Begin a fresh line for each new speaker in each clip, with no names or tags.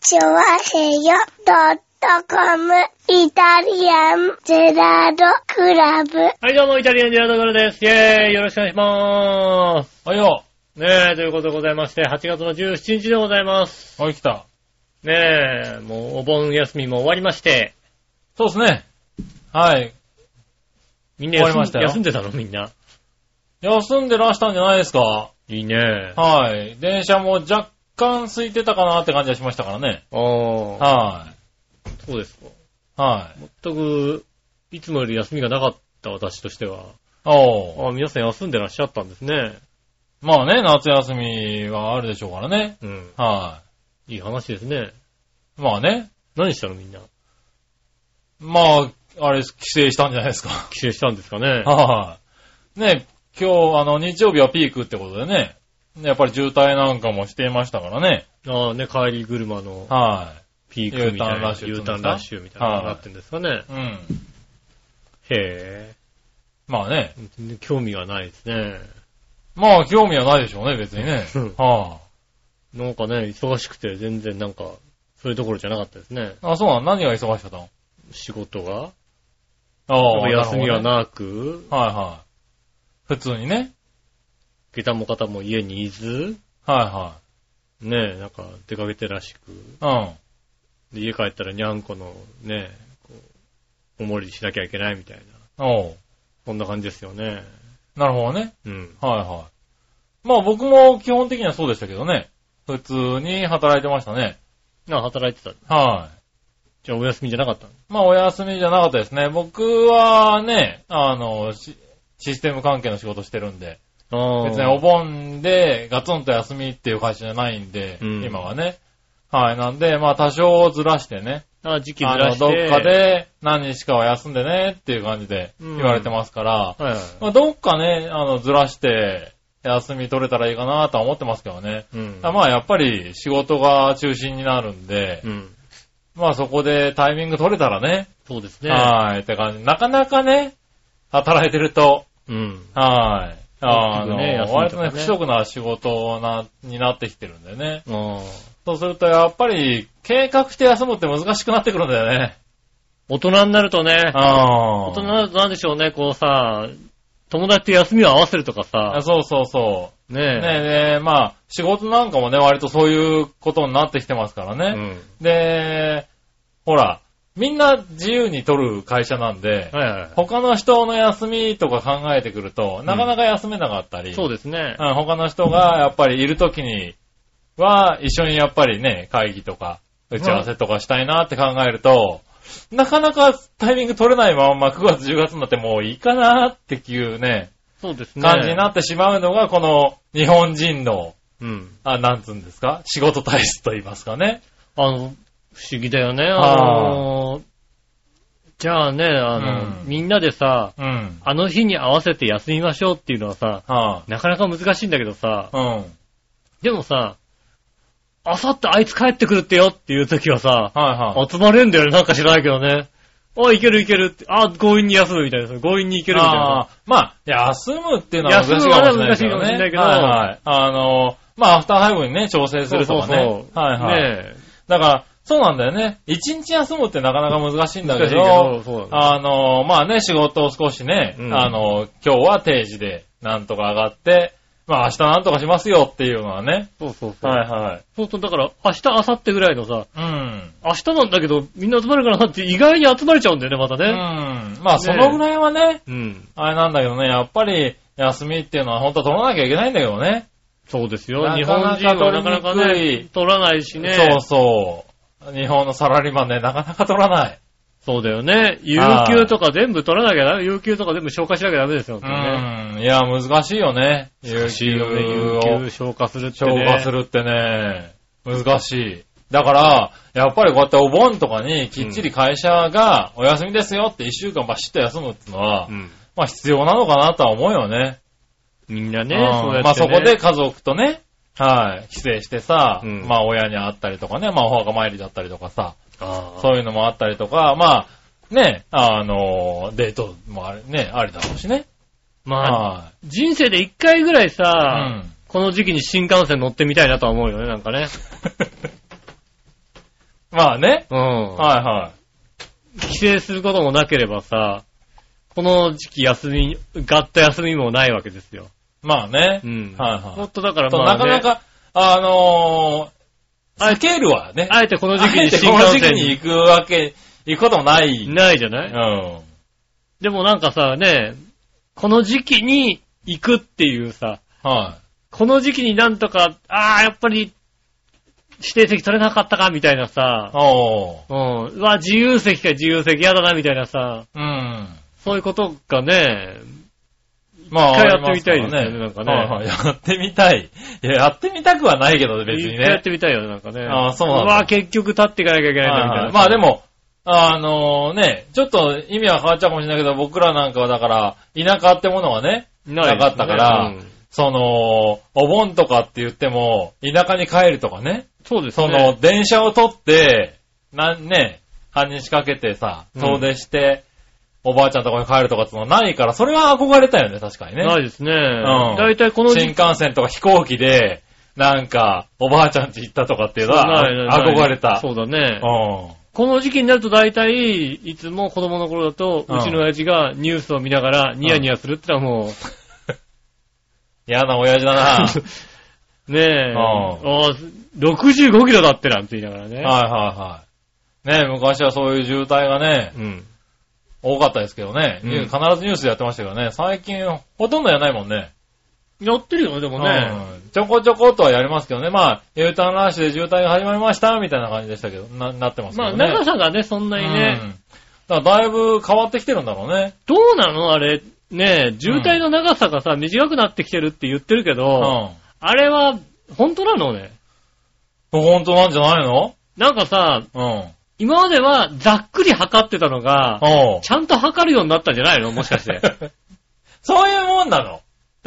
チョワヘヨドットコムイタリアンゼラードクラブ。
はい、どうも、イタリアンジェラートグルです。イェーイ、よろしくお願いしまーす。
はいよ。
ねえ、ということでございまして、8月の17日でございます。
はい、来た。
ねえ、もうお盆休みも終わりまして、
そうですね。はい。
みんな休ん
終わりましたよ
休んでたのみんな。
休んでらしたんじゃないですか。
いいね
はい。電車も若干空いてたかなって感じがしましたからね。
ああ、
は
そうですか。
い。はい。
全く、いつもより休みがなかった私としては、
おー。
ああ、皆さん休んでらっしゃったんですね。
まあね、夏休みはあるでしょうからね。
うん。
はい
い話ですね。
い。まあね。
何したのみんな。
まあ、あれです、帰省したんじゃないですか。
帰省したんですかね。
はい。ね、今日、あの、日曜日はピークってことでね。やっぱり渋滞なんかもしていましたからね。
ああね、帰り車の
は
ピークみたいな、
U ターンラッシュ
U ターンラッシュみたいなのになってんですかね。
い。うん。
へ
まあね。
え、全然興味がないですね。
まあ、興味はないでしょうね、別にね。
うん
は
なんかね、忙しくて全然なんか、そういうところじゃなかったですね。
あ。あ、そうなの何が忙しかったの
仕事が。
ああ、
休みは
る
なく、
ほどね。はいはい。普通にね。
下駄も方も家にいず、
は
ねえ、なんか出かけてらしく、
いはい。
で家帰ったらにゃんこのね、こう、おもりしなきゃいけないみたいな、
うん。おう。
そんな感じですよね。
なるほどね。
うん。
はいはい。まあ僕も基本的にはそうでしたけどね。普通に働いてましたね。
あ、働いてた。
は
じゃあお休みじゃなかったの
い。まあお休みじゃなかったですね。僕はね、あの、シシステム関係の仕事してるんで、
あ
別にお盆でガツンと休みっていう会社じゃないんで、
うん
今はね。はい。なんで、まあ多少ずらしてね、
あ、時期ず
あ
ら
の、
して。
どっか。で何日かは休んでねっていう感じで言われてますから、
はいはい。
まあ、どっかね、あの、ずらして休み取れたらいいかなとは思ってますけどね。
うん
あまあやっぱり仕事が中心になるんで
う、ん。
まあそこでタイミング取れたらね、
そうですね。
はいって感じ。なかなかね、働いてると、
うん。
はい。あの、
ね休み
割
と
と
かね
ね、不規則な仕事な、になってきてるんでね。
ああ。
そうすると、やっぱり、計画して休むって難しくなってくるんだよ ね。
大人になるとね、
ああ。
大人になるとなんでしょうね、こうさ、友達と休みを合わせるとか
あ
さ、
そうそうそう。ねえ
ね
ねえ、まあ、仕事なんかもね、割とそういうことになってきてますから
え。
ね。で、ほら、みんな自由に取る会社なんで、
うん。はいは
他の人の休みとか考えてくると、なかなか休めなかったり、
い。そうですね。
うん他の人がやっぱりいる時には、一緒にやっぱりね、会議とか、打ち合わせとかしたいなって考えると、なかなかタイミング取れないまま9月10月になってもういいかなっていうね、
そうですね。
感じになってしまうのが、この日本人の、
うん。
あ、なんつうんですか、仕事体質と言いますかね。
あの、不思議だよね。あのー、じゃあね、あの、
うん
みんなでさ、
うん。
あの日に合わせて休みましょうっていうのはさ、
は
なかなか難しいんだけどさ、
あ、うん。
でもさ、あさってあいつ帰ってくるってよっていう時はさ、
はいはい。
集まれんだよね、なんか知らないけどね。あ、いけるいけるって、あ、強引に休むみたいなさ、強引にいけるみたいな
あーまあ、休むっていうのは難しいかもしれないけど
休むのは
ね。
難しいかもしれないけど
はいはい。あの、まあ、アフターハイブにね、調整
さ。
するとかね。
そうそう
はいはい。
ね
だから、そうなんだよね。一日休むってなかなか難しいん
え。
だけ
難
ど、
しいけどそうだね。
あの、まあね、仕事を少しね、
うん
あの、今日は定時でなんとか上がって、まあ明日なんとかしますよっていうのはね。
そうそうそう。
はいはい。
そうすると、だから、明日、明後日ぐらいのさ、
うん。
明日なんだけど、みんな集まるからなって意外に集まれちゃうんだよね、また
う
ね。
ん。まあそのぐらいはね、
うん。
あれなんだけどね、やっぱり休みっていうのは本当は取らなきゃいけないんだけどね。
そうですよ。日
なか
本
なか
人はなかなか
取りにく
ね
い、
取らないしね。
そうそう。日本のサラリーマンね、なかなか取らない。
そうだよね。有給とか全部取らなきゃダメ。有給とか全部消化しなきゃダメですよ、本当にね。
うん。いや、難しいよね。有給
有
を
給消化するってね。
消化す
る。
るってね、難しい。だから、やっぱりこうやってお盆とかにきっちり会社がお休みですよって一週間バシッと休むってのは、
うん。
まあ必要なのかなとは思うよね。
みんなね、
うん
そうやって、ね。
まあそこで、家族とね、はい、帰省してさ、
うん
まあ親に会ったりとかね、まあお墓参りだったりとかさ、
ああ
そういうのもあったりとか、まあ、ね、あの、デートもあり、ね、ありだろうしね。
まあ、
は
人生で一回ぐらい
い。う
さ、
ん。
この時期に新幹線乗ってみたいなとは思うよね、なんかね。
まあね。
うん。
はいはい。
帰省することもなければさ、この時期休み、がっと休みもないわけですよ。
まあね
う。ん。
はいはい
もっとだから
そう
まあ、
な
ね、
かなか、あのー、避けるわね。
あえてこの時期
あえ
に
て
新
この
幹
時期
線
に
に
行くわけ、行くこともない。
ないじゃない、
うん。
でもなんかさ、ね、この時期に行くっていうさ、
は
この時期になんとか、ああ、やっぱり、指定席取れなかったか、みたいなさ
い。、おー。
うん、うわ、自由席か自由席やだな、みたいなさ、
うん。
そういうことがね、
まあ、
一回やってみたいですね
ありますか
な
ら
んかね
はいはいやってみたい。いや、やってみたくはないけど、別に
一回やっ
ね。
てみたいよね、なんかね。
ああそうなんだ
わ、結局立っていかなきゃいけないんだ、みたい
はいは。
ない
まあで、も、あのね、ちょっと意味は変わっちゃうかもしれないけど、僕らなんかはだから、田舎ってものはね、
ないですね
なかったから
うん
その、お盆とかって言っても、田舎に帰るとかね、
そうですね。
その、電車を取って、なんね、半日かけてさ、
うん
遠出して、おばあちゃんとかに帰るとかってのはないから、それは憧れたよね、確かにね。
ないですね。
ん
大体この
新
時期、
幹線とか飛行機で、なんか、おばあちゃんち行ったとかっていうの
ないない
は、
ない
憧れた。
そうだね。
うん
この時期になると大体、いつも子供の頃だと、
うん
うちの親父がニュースを見ながらニヤニヤするってのはも
嫌な親父 だな。 は
う、ねえ、
うん
ああ65キロだってなんて言いながらね。
いはいはい。ね昔はそういう渋滞がね、
うん。
多かったですけどね。
うん
必ずニュースでやってましたけどね。最近、ほとんどやらないもんね。
やってるよね、でもね。
うんちょこちょことはやりますけどね。まあ、U ターンラッシュで渋滞が始まりました、みたいな感じでしたけど、な、なってますけ
まあ、
どね。
長さがね、そんなにね。
うんだからだいぶ変わってきてるんだろうね。
どうなのあれ、ねえ、渋滞の長さがさ、短くなってきてるって言ってるけ
うん。
ど、あれは、本当なのね。
本当なんじゃないの
なんかさ、
うん。
今まではざっくり測ってたのが、
おう
ちゃんと測るようになったんじゃないのもしか して。
そういうもんなの。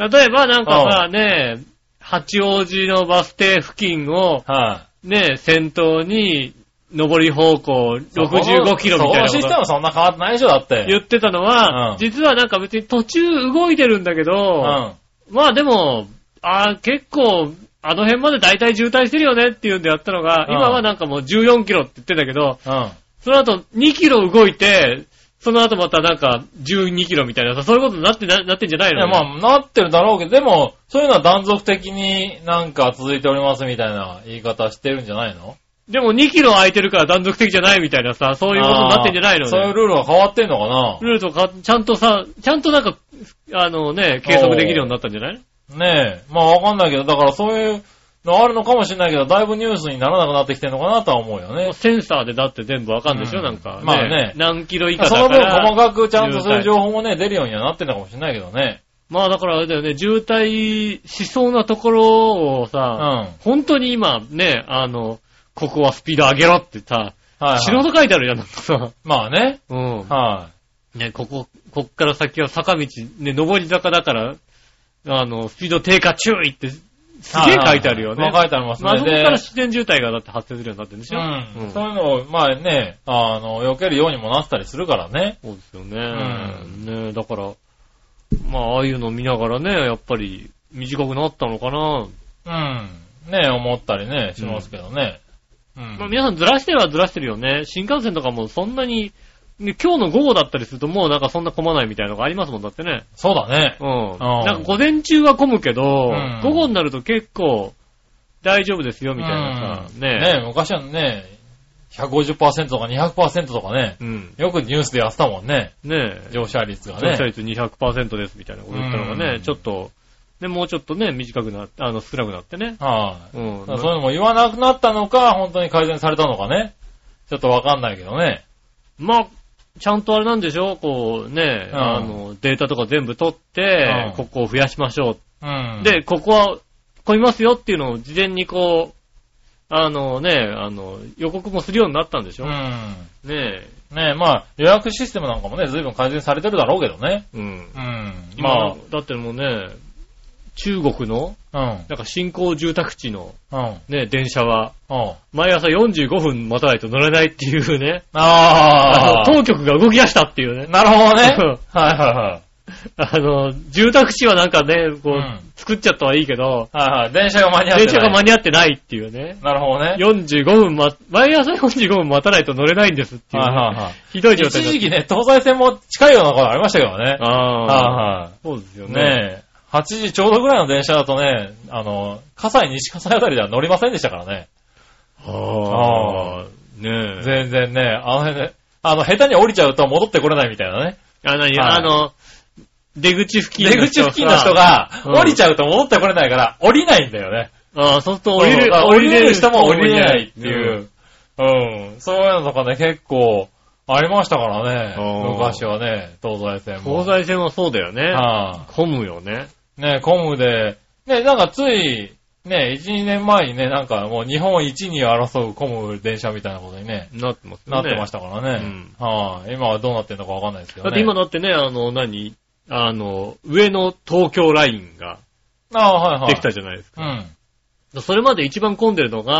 例えばなんかさ、ねえ、八王子のバス停付近を、
は
ねえ、先頭に、上り方向
い。
65キロみたいな
そう
こ
システ
と
ムそんな変わってないでしょ、だって。
言ってたのは、
うん
実はなんか別に途中動いてるんだけ
う
ど、
ん。
まあでも、あー結構、あの辺まで大体渋滞してるよねっていうんでやったのが、
うん
今はなんかもう14キロって言ってんだけど、
うん。
その後2キロ動いて、その後またなんか12キロみたいなさ、そういうことになってななってんじゃない
い
の
や、まあ、なってるだろうけど、でも、そういうのは断続的になんか続いておりますみたいな言い方してるんじゃないの
でも2キロ空いてるから断続的じゃないみたいなさ、そういうことになってんじゃないの
あーそういうルールが変わってんのか
ルールとか、ちゃんとさ、ちゃんとなんか、あのね、計測できるようになったんじゃない
なねえ。まあ、わかんないけど、だからそういうのあるのかもしれないけど、だいぶニュースにならなくなってきてるのかなとは思うよね。
センサーでだって全部わかんでしょ、
うん
なんか、
まあね
何キロ以下だ
そ
か
の
ら。
分細かくちゃんとそういう情報もね、出るようにはなってんのかもしれないけどね。
まあだからあれだよね、渋滞しそうなところを
うん。
さ、
はい、
本当に今ね、あの、ここはスピード上げろってさ、
はい。
素人書いてあるじゃん、なんかさ。
まあね。
うん。
は
ね、ここ、こっから先は坂道、ね、上り坂だから、あの、スピード低下注意って、す
い。
げえ書いてあるよね。
はいはいはいまあ書いてありますね。
まあそこ
で
から自然渋滞がだって発生するようになってるんでしょ
う
う
ん
ん
そういうのを、まあね、あの、避けるようにもなったりするからね。
そうですよね。ねだから、まあ、ああいうの見ながらね、やっぱり、短くなったのかな。
うん。ね思ったりね、しますけどね。うん。
まあ、皆さんずらしてるはずらしてるよね。新幹線とかもそんなに、ね今日の午後だったりするともうなんかそんな混まないみたいなのがありますもんだってね。
そうだね。
うん。
あ
なんか午前中は混むけど、
うん
午後になると結構大丈夫ですよみたいなさ、
うん
ね
ね昔はね、150%とか200%とかね、
うん。
よくニュースでやってたもんね。
ねえ。
乗車率が
乗車
ね。
率200%ですみたいなこと言ったのがね、
うん
ちょっと、ね、もうちょっとね、短くなっあの、少なくなってね。
はい、
うん。
だからそういうのも言わなくなったのか、本当に改善されたのかね。ちょっとわかんないけどね。
まあ、ちゃんとあれなんでしょこうね、
うん
あの、データとか全部取って
う、ん
ここを増やしましょ
うん
う。、で、ここは混みますよっていうのを事前にこう、あのね、あの、予告もするようになったんでし
う
ょ、
ん。
ねえ。
ねまあ予約システムなんかもね、随分改善されてるだろうけどね。
うん。
うん。
まあ
ま、
だってもうね、中国の、
あ、
なんか新興住宅地の
うん。うん。
ね、電車は、
うん。
毎朝45分待たないと乗れないっていうね、あの
ああ。
当局が動き出したっていうね。
なるほどね。はいはいはい。
あの、住宅地はなんかね、こう、
うん
作っちゃったはいいけど、
はいはい。電車が間に合ってない。
電車が間に合ってないっていうね。
なるほどね。
45分ま、毎朝45分待たないと乗れないんですっていう、
はいはいはい。
ひどい状
一
態だった
時期ね、東西線も近いようなことありましたけどね。
ああ、
は
そうですよ
いはい。ねえ。8時ちょうどぐらいの電車だとね、あの、葛西西葛西あたりでは乗りませんでしたからね。
ああ、ねえ。
全然ね、あの辺で、あの、下手に降りちゃうと戻ってこれないみたいなね。
あ、なに、
はい
あの、出口付近
出口付近の人
が、
が、
うん
降りちゃうと戻ってこれないから、降りないんだよね。
ああ、そうすると
降
降
り
り
る
る、、
降りれる人も降りれないって
ん
いう。うん。そういうのとかね、結構、ありましたからね。
うん
昔はね、東西線も。
東西線はそうだよね。
はい
混むよね。
ね、コムで、ね、なんかつい、ね、1、2年前にね、なんかもう日本一に争うコム電車みたいなことにね、
なってます
な
よね。
ってましたからね。
うん
はい、今はどうなってんのかわかんないですけど
だっ
ね。
て今だってね、あの、何あの、上の東京ラインが
ああ、はいはい。
できたじゃないですか。
うん。
それまで一番混んでるのが、
うん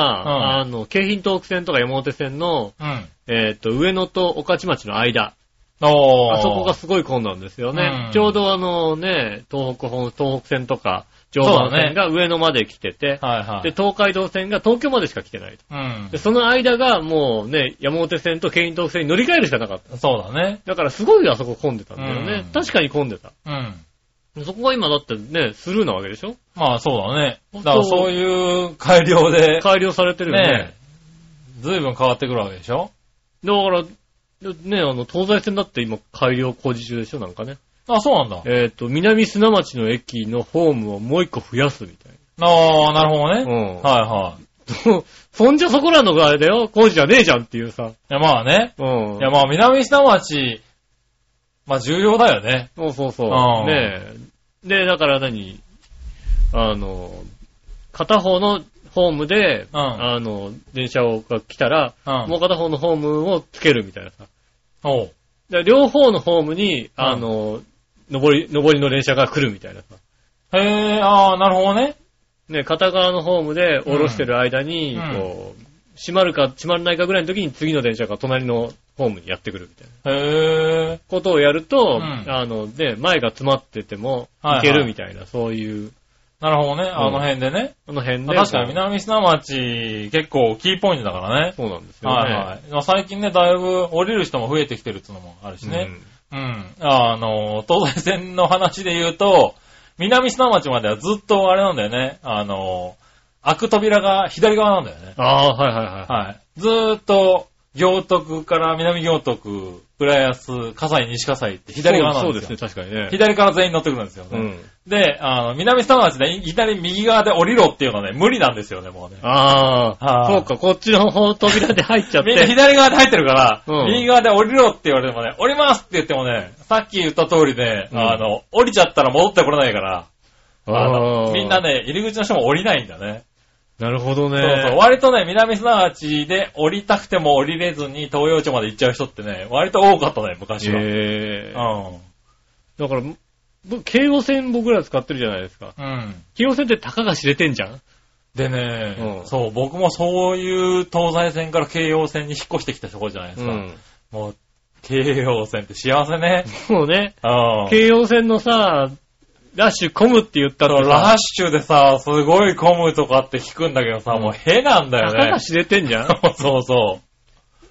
あの、京浜東北線とか山手線の、
うん。
えっ、と、上野と御徒町の間。
おー。
あそこがすごい混んだんですよね。
うん
ちょうどあのね、東北本、東北線とか、常磐線が上野まで来てて、
はいはい。
で、東海道線が東京までしか来てないと。
うん
で、。その間がもうね、山手線と京浜東北線に乗り換えるしかなかった。
そうだね。
だからすごいあそこ混んでたんだよね。
うん
確かに混んでた。
うん。
そこが今だってね、スルーなわけでしょ
まあそうだね。だ
本当
からそういう改良で、
改良されてるよね
ね。、ずいぶん変わってくるわけでしょ
だから、ね、あの、東西線だって今改良工事中でしょなんかね。
あ、そうなんだ。
えっ、と、南砂町の駅のホームをもう一個増やすみたい
ああ、なるほどね。
な。うん。
はいはい。
そんじゃそこらのがあれだよ、工事じゃねえじゃんっていうさ。
いやまあね。
うん。
いや、まあ、南砂町、まあ、重要だよね。
そうそうそう
あ。ー
ねえ。で、だから何あの、片方のホームで、
うん
あの、電車が来たら、
うん
もう片方のホームをつけるみたいなさ。
おう。
で両方のホームに、あの、上り、上りの電車が来るみたいなさ。
へえ、ああ、なるほどね。
ね、片側のホームで降ろしてる間に、
うん
こう、閉まるか閉まらないかぐらいの時に次の電車が隣のホームにやってくるみたいな
へえ、
ことをやると、
うん
あの、ね、前が詰まってても
はいは
行
い
けるみたいな、そういう、
なるほどね。あの辺でね。
この辺
ま
で。
あ確かに南砂町、結構キーポイントだからね。
そうなんですよね。
はいはい。まあ最近ね、だいぶ降りる人も増えてきてるっていうのもあるしね。うん。あの、東西線の話で言うと、南砂町まではずっとあれなんだよね。あの、開く扉が左側なんだよね。
ああ、はいはいはい。
はい。ずーっと、行徳から南行徳、浦安、葛西、西葛西って左側なんですよ。
そうですね、確かにね。
左から全員乗ってくるんですよね。
うん。
で、あの、南下町で、いきなり右側で降りろっていうのはね、無理なんですよね、もうね。
ああ、
はい
そうか、こっちの方扉で入っちゃっ
みんな
て。
左側で入ってるから、
うん
右側で降りろって言われてもね、降りますって言ってもね、さっき言った通りで、
うん
あの、降りちゃったら戻ってこれないから、
あ
あの
あ
みんな。ね、入り口の人も降りないんだね。
なるほどね。
そうそう。割とね、南砂町で降りたくても降りれずに東洋町まで行っちゃう人ってね、割と多かったね、昔は。
へえ
うん。
だから、僕、京王線僕ら使ってるじゃないですか。
うん。
京王線ってたかが知れてんじゃん
でね、
うん
そう、僕もそういう東西線から京葉線に引っ越してきたところじゃないですか。。もう、京葉線って幸せね。
もうね、
うん。
京王線のさ、ラッシュ混むって言ったら
そう
さ、
ラッシュでさ、すごい混むとかって聞くんだけどさ、
うん
もうへなんだ
た
よ
かが
ね。
知れてんじ ゃん
そうそ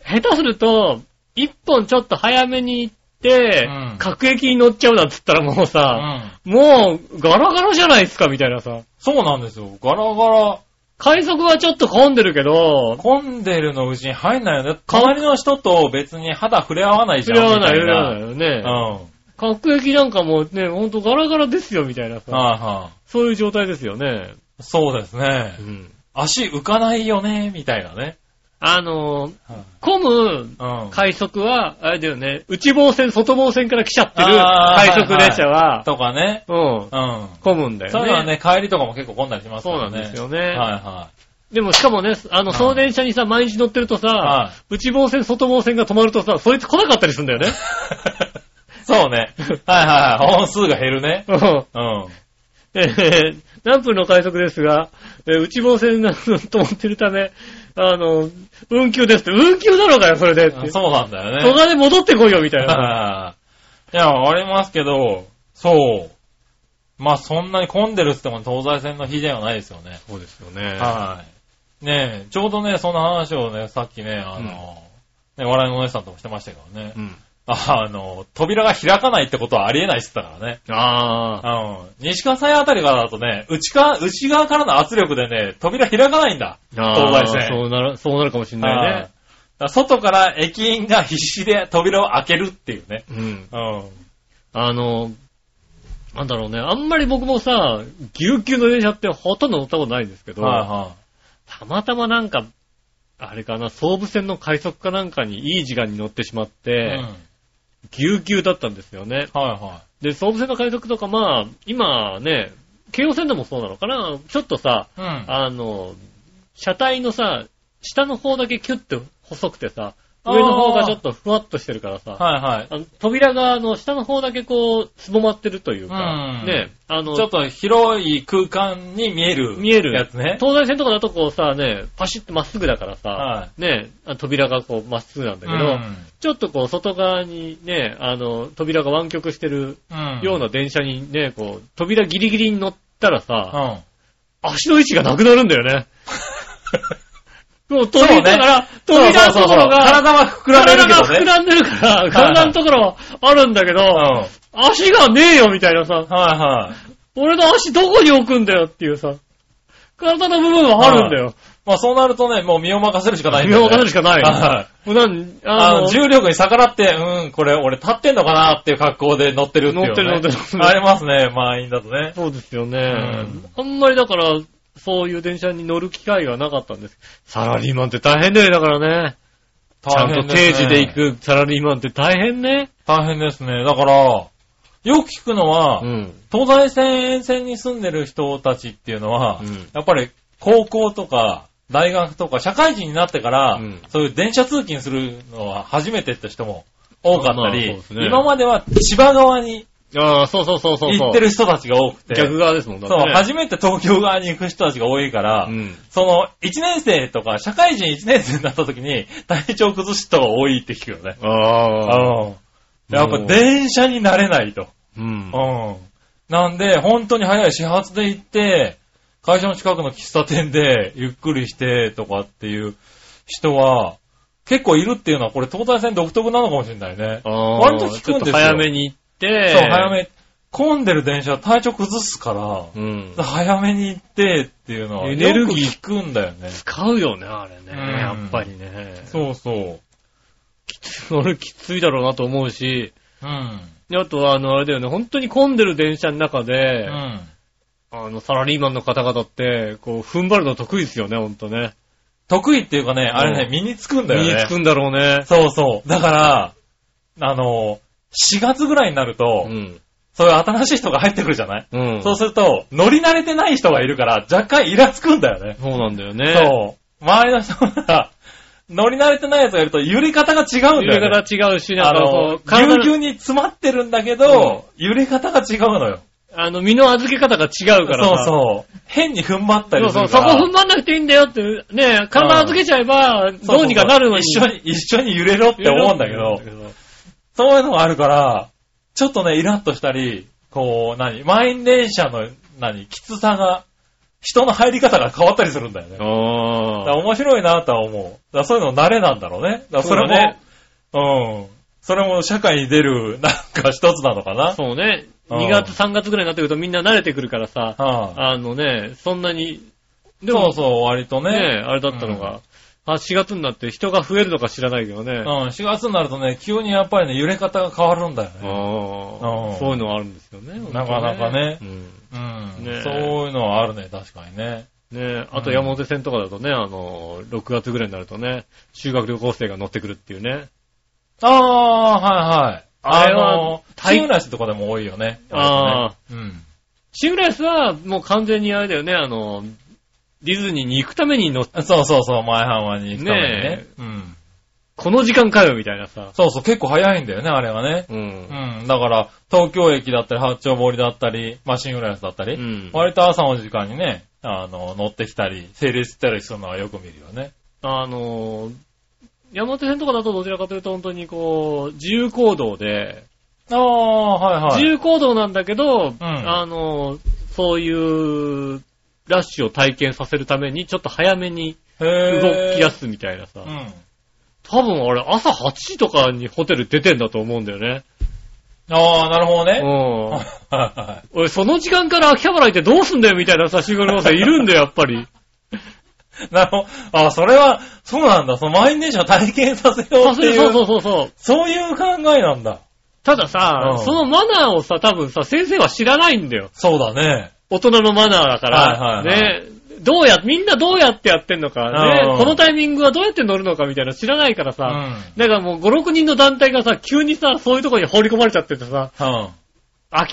下手すると、一本ちょっと早めに行って、
うん
各駅に乗っちゃうなんつったらもう
う。う
さ、
ん。
もうガラガラじゃないですかみたいなさ。
そうなんですよ。ガラガラ、
快速はちょっと混んでるけど、
混んでるのうちに入んないよね。隣の人と別に肌触れ合わない
そ
じゃ
れは
ん。
ない、
み
そ
た
れはないよね。
うん。はい
各駅なんかもうね、ほんとガラガラですよみたいなさ、
は
そういう状態ですよね。
い。そうですね
う。ん。
足浮かないよね、みたいなね。
あのー、
はい
混む
うん。
快速は、あれだよね、内房線、外房線から来ちゃってる
あー
快速列車は、
とかね。
うん、
うん。
混むんだよね。
そういうのはね、帰りとかも結構混んだりしますか
そうな
ら
ん
ね。
ですよね。
はい は
でもしかもね、あの、
はい
その電車にさ、毎日乗ってると
い。
さ、
は
内房線、外房線が止まるとさ、そいつ来なかったりするんだ よね。
い。そうね。はいはいはい。本数が減るね。
うん
うん。
えー何分の快速ですが、えー内房線が止まってるため、あの、運休ですって、運休だろうがよ、それ でって。
そうなんだよ
蘇
ね。
我で戻ってこいよ、みたいな。
はいいや、ありますけど、そう。まあそんなに混んでるって言っても東西線の日ではないですよね。
そうですよね。
はい。ねえ、ちょうどね、その話をね、さっきね、あの、
うん
ね、笑いのお姉さんともしてましたけどね。
うん。
あの、扉が開かないってことはありえないって言ってたからね。
ああ。
うん。西葛西あたりからだとね、内か、内側からの圧力でね、扉開かないんだ。
ああ
東西線
そうなる、そうなるかもしん
はい
な
だ
い
か
ね。
ら外から駅員が必死で扉を開けるっていうね。
うん。
うん。
あの、なんだろうね。あんまり僕もさ、ぎゅうぎゅうの電車ってほとんど乗ったことないんですけど、
は
たまたまなんか、あれかな、総武線の快速かなんかにいい時間に乗ってしまっ
いはい。
て
うん、
ぎゅうぎゅうだったんですよね。
はいは
で、総武線の快速とか、まあ、今ね、京王線でもそうなのかな、ちょっとさ、
い。うん。
あの、車体のさ、下の方だけキュッて細くてさ、
あー
上の方がちょっとふわっとしてるからさ、
はいはい。
あの扉があの下の方だけこう、すぼまってるというか
う、ん
ね、あの、
ちょっと広い空間に見える。
見える
やつね。
東西線とかだとこうさ、ね、パシッとまっすぐだからさ、
は
ね、あ扉がこうまっすぐなんだけど、
うん
ちょっとこう外側にね、あの、扉が湾曲してる
うん。
ような電車にね、こう、扉ギリギリに乗ったらさ、
うん。
足の位置がなくなるんだよ ね。もう
そう
扉
ね
だから、
そうそう
扉のところが、
体は膨らんでる
体
け
が
どね。
膨らんでるから、
い
体のところあるんだけど、足がねえよみたいなさ
うん。、はいはい。
俺の足どこに置くんだよっていうさ、体の部分はあるんだよ。
まあそうなるとね、もう身を任せるしかないん
身
だよ
を
ね。
任せるしかないよ
はい。
もうなんあ
あの、
の、
重力に逆らって、うん、これ俺立ってんのかなっていう格好で乗ってるっていう、ね。
乗ってる乗ってる乗ってる
ありますね、満員だとね。
そうですよね、
ん
あんまりだから、そういう電車に乗る機会がなかったんです。サラリーマンって大変だよ、だからね。ちゃ
大変
んと
すね
定時で行くサラリーマンって大変ね。
大変ですね。だから、よく聞くのは、
うん。
東西線沿線に住んでる人たちっていうのは、
うん
やっぱり高校とか、大学とか、社会人になってから、
うん
そういう電車通勤するのは初めてって人も多かった
まあ
り、
そうですね
今までは千葉側に
ああ、そうそうそうそうそう。
行ってる人たちが多くて、
逆側ですもんだって、
そう
ね。、
初めて東京側に行く人たちが多いから、
うん。
その、1年生とか、社会人1年生になった時に、体調崩す人が多いって聞くよね。
ああ。
うん。やっぱ電車になれないと。
うん。
うん。なんで、本当に早い始発で行って、会社の近くの喫茶店でゆっくりしてとかっていう人は、結構いるっていうのは、これ東西線独特なのかもしれないね。
ああ
割と聞くんです
ち
よ
ょっと早めに行って。
そう、早。め、混んでる電車は体調崩すから、
うん。
早めに行ってっていうのは、
エネルギー
よく聞くんだよね。
使うよね、あれね。
うん
やっぱりね。
そうそう。
俺きついだろうなと思うし。
うん。
であとは、あの、あれだよね、本当に混んでる電車の中
う
で、
ん。
あの、サラリーマンの方々って、こう、踏ん張るの得意ですよね、ほんとね。
得意っていうかね、あれ
う
ね、
ん
身につくんだ
身
よね。
につくんだろうね。
そうそう。だから、あの、4月ぐらいになると、
うん。
そういう新しい人が入ってくるじゃない、
うん。
そうすると、乗り慣れてない人がいるから、若干イラつくんだよね。
そうなんだよね。
そう。周りの人が、乗り慣れてないやつがいると、揺れ方が違うん
揺
だ
れ
よね。
方違うし、な
あ
んかこ
の
う、、体
ぎ
の
ゅうぎゅうに詰まってるんだけど、揺れ方が違うのよ。
あの、身の預け方が違うから
そう
さ。
そう。変に踏ん張ったりす
そう
る
そ
か
う、そ
ら。
こ踏ん張んなくていいんだよって、ね、体預けちゃえば、
そうそうそう
どうにかなるのに。
一緒に、一緒に揺れろって思うんだけど、そういうのがあるから、ちょっとね、イラッとしたり、こう、何満員電車の、何きつさが、人の入り方が変わったりするんだよね。だか
あ
ら
あ。
面白いなとは思う。だからそういうの慣れなんだろうね。だからそれも、うん。それも社会に出る、なんか一つなのかな。
そうね。
うん
2月、3月ぐらいになってくるとみんな慣れてくるからさ、
はあ
あのね、そんなに、で
そう
も
そう、割と
ね、
ね。
あれだったのが、あ4月になって人が増えるのか知らないけどね
うん。、4月になるとね、急にやっぱりね、揺れ方が変わるんだよね。
あ
うん
あそういうのはあるんですよね。
なかなかね
うん
うん。
ねえ
そういうのはあるね、確かにね。
ねあと山手線とかだとね、あの、6月ぐらいになるとね、修学旅行生が乗ってくるっていうね。
ああ、はいはい。
あ
あ
れは
の、
体
タイムラスとかでも多いよね。
ああ
割とねうん。
シングラスはもう完全にあれだよね、あの、ディズニーに行くために乗っ
そうそうそう、前浜に行くために
ね
ね。うん。
この時間かよみたいなさ。
そうそう、結構早いんだよね、あれはね。
う。
うんん。だから、東京駅だったり、八丁堀だったり、マシングラスだったり、
うん
割と朝の時間にね、あの、乗ってきたり、整列したりするのはよく見るよね。
あの、山手線とかだとどちらかというと本当にこう、自由行動で、
ああ、はいはい。
自由行動なんだけど、
ん
あの、そういう、ラッシュを体験させるために、ちょっと早めに
へ
動き出
す。
すみたいなさ。
うん。
多分あれ、朝8時とかにホテル出てんだと思うんだよね。
ああ、なるほど
う
ね。
ん。
はいは
俺、その時間から秋葉原行ってどうすんだよみたいなさ、シングルマザーいるんだよ、やっぱり。
いなるほど。ああ、それは、そうなんだ。その満員電車を体験させよう
さ
っ
す
てい
が
う。
そうそうそうそう。
そういう考えなんだ。
たださ、
うん
そのマナーをさ、多分さ、先生は知らないんだよ。
そうだね。
大人のマナーだから。
はいはいは
ね。どうや、みんなどうやってやってんのか、
う
ね。
ん
このタイミングはどうやって乗るのかみたいなの知らないから
う
さ。
ん。
だからもう5、6人の団体がさ、急にさ、そういうとこに放り込まれちゃっててさ、
うん。
明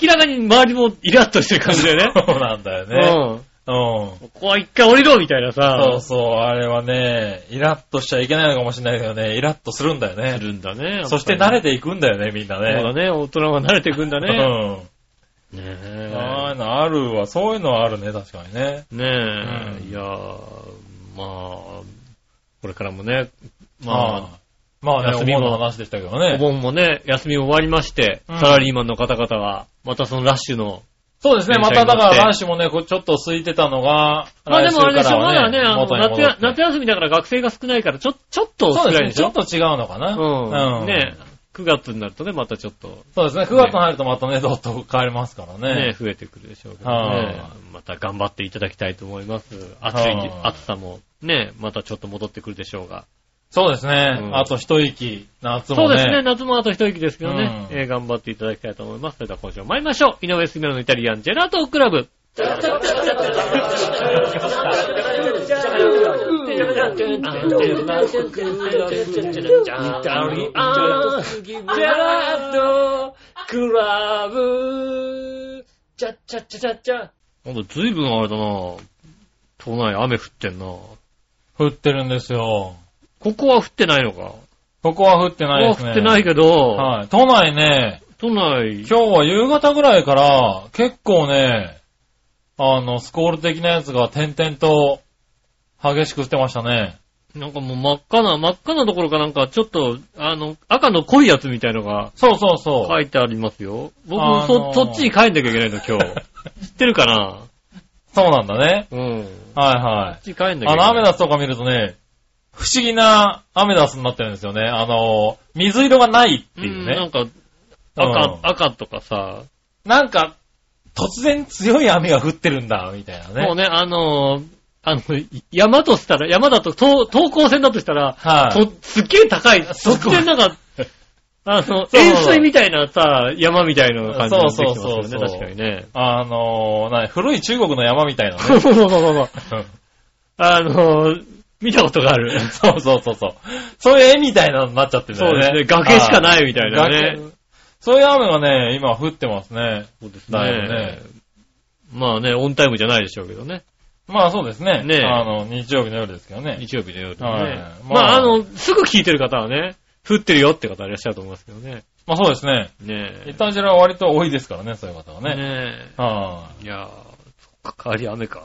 らかに周りもイラッとしてる感じだよね。
そうなんだよね。うん。
うん。ここは一回降りろみたいなさ。
そうそう、あれはね、イラッとしちゃいけないのかもしれないけどね、イラッとするんだよ
す
ね。
るんだね。
そして慣れ
て、
ていくんだよね、みんな
そうだ
ね。
ね。大人は慣れていくんだね。 ね
う
え
ん。ああいうのあるわ。そういうのはあるね、確かにね。
ねえ、
うん
いやーまあ、これからもね、
ま
ま
あ、まあね、
休
お
みも
盆の話でしたけど
あ、お
ね。
盆もね、休みも終わりまして、
うん
サラリーマンの方々は、またそのラッシュの、
そうですね、
電
ま
車に乗
た
って
だから来週もね、こうちょっと空いてたのが、
まあでもあれでしょ、まだ
来週
ね、
から
あの
は元に
夏
戻っ
や
て
夏休みだから学生が少ないから、ちょ、ちょっと
そ
少な
うです
いで
ね、
し
ちょっ
ょ
と違うのかな。
うん、
うん
ねえ9月になるとね、またちょっと、
そうですね、9月に入るとまたね、どっと変わりますから
ね
ね。
増えてくるでしょうけどね
は。
また頑張っていただきたいと思います。暑い、
はあ
暑さもね、またちょっと戻ってくるでしょうが。
そうですね
う、ん
あと一息、
そ
夏も
うですね、
ね。
夏もあと一息ですけどね、
うん
えー頑張っていただきたいと思います。それでは今週も参りましょう。井上杉村のイタリアンジェラートクラブ。なんか随分あれだな都内雨降ってんなこ
降ってるんですよ。
こは降ってないのかこ
ここは降って
こ
ない
は
ですね。
降ってないけど、
はい。都内ね、
都内、
今日は夕方ぐらいから、結構ね、あの、スコール的なやつが点々と激しく降ってましたね。
なんかもう真っ赤な、真っ赤なところかなんか、ちょっと、あの、赤の濃いやつみたいのが
そうそうそう。
書いてありますよ。僕、
あの
そ、そっちに帰んなきゃいけないの、今 日。知ってるかな
そうなんだね。
うん。
はいは
そっちに帰ん
い。
なきゃいけな
あの、
い。
アメダスとか見るとね、不思議なアメダスになってるんですよね。あの、水色がないって
う
いうんね。
なんか、
うん
赤、赤とかさ、
なんか、突然強い雨が降ってるんだ、みたいな
もう
ね。
ね、あのー、あの、山としたら、山だと、東、東高線だとしたら、
はい。
とすっげえ高い、
そう
突然なんか、あの、
そう
円錐みたいなさ、山みたいな感じになってきてますよ
そうそう
ね、
そうそ
確
う
かにね。
あの、な古い中国の山みたいなね。
そうそうそうそう。 あのー、見たことがある。
そうそうそうそう。そういう絵みたいなのになっちゃってるんだ
そう
よ
で
ね。
すね。崖しか
い
ないみたいなね。
崖そういう雨がね、今降ってますね。
そうです
だよね。
まあね、オンタイムじゃないでしょうけどね。
まあそうですね。
ねえ
あの、日曜日の夜ですけどね。
日曜日の夜ね。
はい
まあ、
まあ
あの、すぐ聞いてる方はね、降ってるよって方いらっしゃると思いますけどね。
まあそうですね。
ねえ。
イタジラは割と多いですからね、そういう方はね。
ね
はい
え。いやー、そっか、帰り雨か。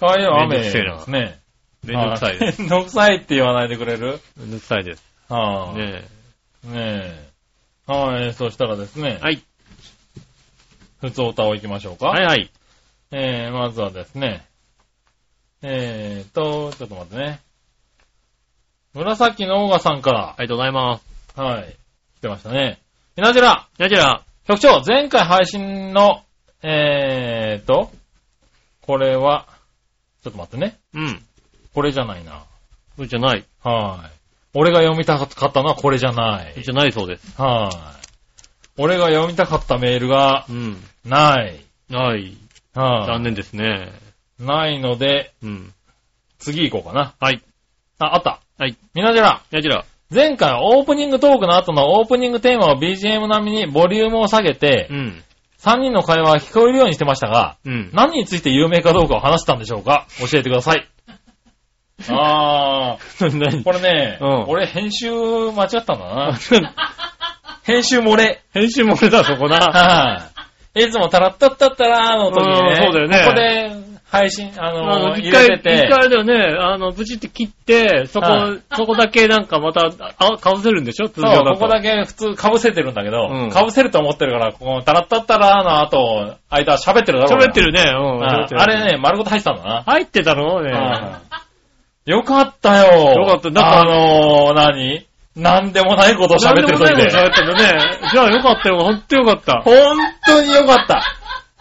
かわいいは雨
めんどく
です
せえな
ね。
めんどくさいです。
す。めんどくさいって言わないでくれる
めんどくさいです。
はいね
ね
え。はい、そしたらですね
え。。はい。
普通歌を行きましょうか。
はいはい。
えー、まずはですね。えーと、ちょっと待ってね。紫のオーガさんから。
ありがとうございます。
はい。出ましたね。みなじら、
やじら、
局長、前回配信の、えーと、これは、ちょっと待ってね。
うん。
これじゃないな。
そうじゃない。
はい。俺が読みたかったのはこれじゃな
そう
い。
じゃないそうです。
はい。俺が読みたかったメールが、
うん。
ない。
はい。
は
残念ですね。
い。ないので、
うん。
次行こうかな。
はい。
あ、あった。
はい。
みなじら、
やじら、
前回オープニングトークの後のオープニングテーマを BGM 並みにボリュームを下げて
う、ん。
3人の会話が聞こえるようにしてましたが、
うん。
何について有名かどうかを話したんでしょうか教えてくださ い。あ
何
ー、これね、
うん
俺編集間違ったんだな。編集漏れ。
編集 漏れだ、そこな。
はい。いつもタラッタッタッタラーの時にね、
うんそうだよね
ここで配信、あ
あ
の
の、
ー、
一
入
回、
れて
一
て
回、あれだよね、あの、ブチって切って、そこ
は、
そこだけなんかまた、あ、かぶせるんでしょ通
そ
常だ
う、
と。
ここだけ普通被せてるんだけど、
うん
被せると思ってるから、ここ、タラッタッタラーの後、間は喋ってるだろうな
喋ってるね、うん。
あ
喋ってる
あれ。ね、丸ごと入ってたんだな。
入ってたのね。
うんよかったよ。
よかっただから
あのー、何なんでもないことを
なん
喋
で
ってる
もな
時
い
で
こと。喋ってんだね。じゃあよかったよ、ほんとよかった。
本当によかった。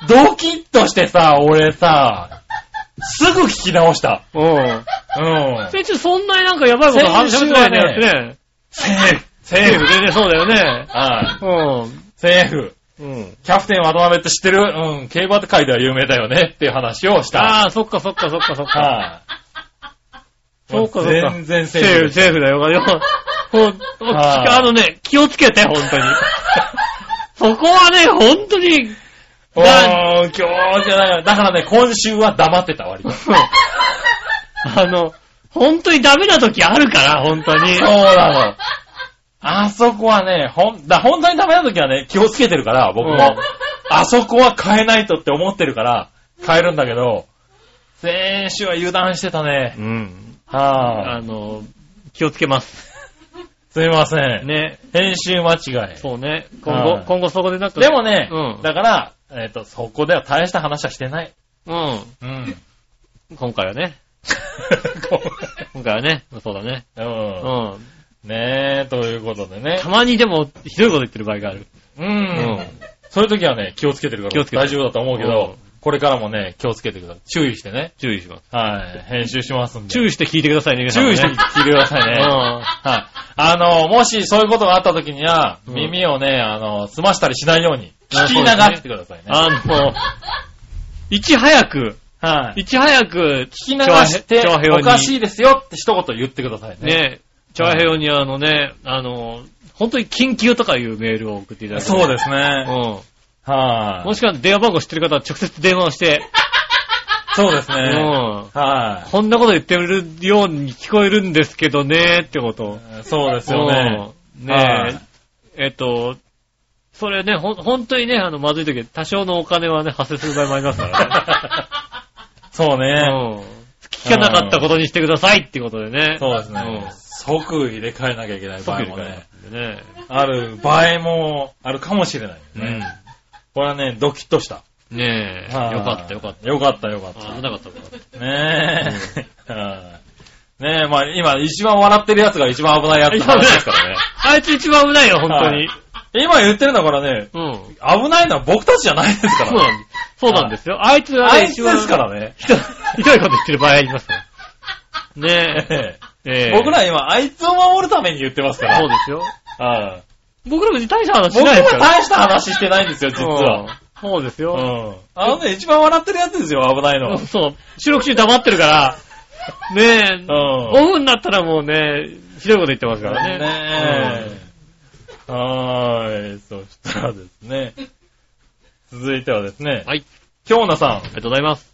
ドキッとしてさ、俺さ、すぐ聞き直した。
うん。
うん。
先週そんなになんかやばいこと話し
先
て
週
な
はい
ね
ね
だってね。
セーフ。セ
セー
ー
フ
フ。
全然そうだよね。
は
う
い。セーフ。
ん。うん。
キャプテン渡辺って知ってるうん。競馬界では有名だよねっていう話をした。
ああ、そっかそっかそっかそっか。
はい。
そうかそうか。
全然セ
セ
ー
ー
フで
フ、
す。
セーフだ よ。よかったほん
はい
あのね、気をつけて、本当に。 そこはね、本当に、
おー、今日じゃない。だからね、今週は黙ってた割と。
そうあの、本当にダメな時あるから、本当に。
そうなの。 あそこはね、ほん、だ、本当にダメな時はね、気をつけてるから、僕も。
うん
あそこは変えないとって思ってるから、変えるんだけど、先週は油断してたね。
うん。
はぁ、
あの、気をつけます。
すみません。
ね。
編集間違い。
そうね。今後
は、い
今後そこでなんか。
でもね、
うん
だから、えっ、と、そこでは大した話はしてない。
う
うん。
ん。今回は ね。
ご
今回はね。そうだね。
めん
う。
うんん。ねえ、ということでね
た。まにでも、ひどいこと言ってる場合がある。
うん。
ん
そういう時はね、気をつけてるから、
気をつけて
大丈夫だと思うけど、
うん
これからもね、気をつけてください。注意してね。
注意します。
はい。編集しますんで。
注意して聞いてくださいね。皆さん
注
ね
意して聞いてください
う
ね。
ん。
はい。あの、もしそういうことがあった時には、
うん
耳をね、あの、澄ましたりしないように、
あ
聞き流してくださいね。
あの、いち早く、
はい。
いち早く、聞
聞き流して、おかし
い
いですよって一言言ってくださいね。
ね。長平用にあのね、あの、本当に緊急とかいうメールを送っていただいて。
そう
で
です
す
ね。
う
は
ん。
い。
もしくは電話番号知ってる方は直接電話をして、
そうです
う
ね。
ん。
は
こんなこと言ってるように聞こえるんですけどね、ってこと。
い。そうですよね。
うん
は
ね
い
え。えっと、それね、ほん、本当にね、あの、まずい時、多少のお金はね、発生する場合もありますから
そう
ね。
ね。
うん。聞かなかったことにしてくださいっていうことでね。
そうです
うん
ね。即入れ替えなきゃいけない場合もね。
即入れ替え
ある場合もあるかもしれない、
なんでね。
これはね、ドキッとした。。
うん。ねえ。よかったよかった。
よかったよかった
危なかったよかった。
た。ねえ。はいねえ、まあ今一番笑ってるやつが一番危ないやつの話ですからね。
あいつ一番危ないよ、本当に。
今言ってるんだからね、
うん。
危ないのは僕たちじゃないですか
そう
ら。
なんです。そうなんですよ。あいつが
あ
ね
いつですからね。
一番ひどいこと言ってる場合ありますね。ねえ。
え
え
え
え
僕ら今、あいつを守るために言ってますから。
そうですよ。
はい
僕ら別に大した話し
僕
ないですか
は
ら。
大した話してないんですよ、実
うん
は。。
そうです
う
よ。
ん。あのね、一番笑ってるやつですよ、危ないのは。
そう。収録中黙ってるから、ねえ、
うん
オフになったらもうね、ひどいこと言ってますからね。
ねえ。はーい。そしたらですね。続いてはですね
うん。はい。
京奈さ
ありがとうございます。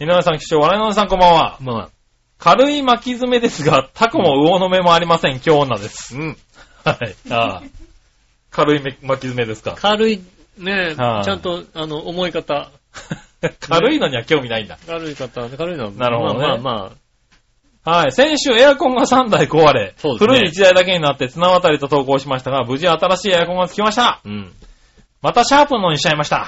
ん、井上さん、貴重、笑いのおじさん、こんばんは。
まあ、
軽い巻き爪ですが、タコも魚の目もありません、京奈です。
うん。
はい。ああ軽いめ巻き爪で すか。
軽い、ねえ、ち
はい
ゃんと、あの、重い方、
軽いのには興味ないんだ。
軽い方、軽いのは、
なるほどね
まあまあまあ、
はい。先週エアコンが3台壊れ、
そうですね
古い1台だけになって綱渡りと投稿しましたが、無事新しいエアコンがつきました。
うん。
またシャープのにしちゃいました。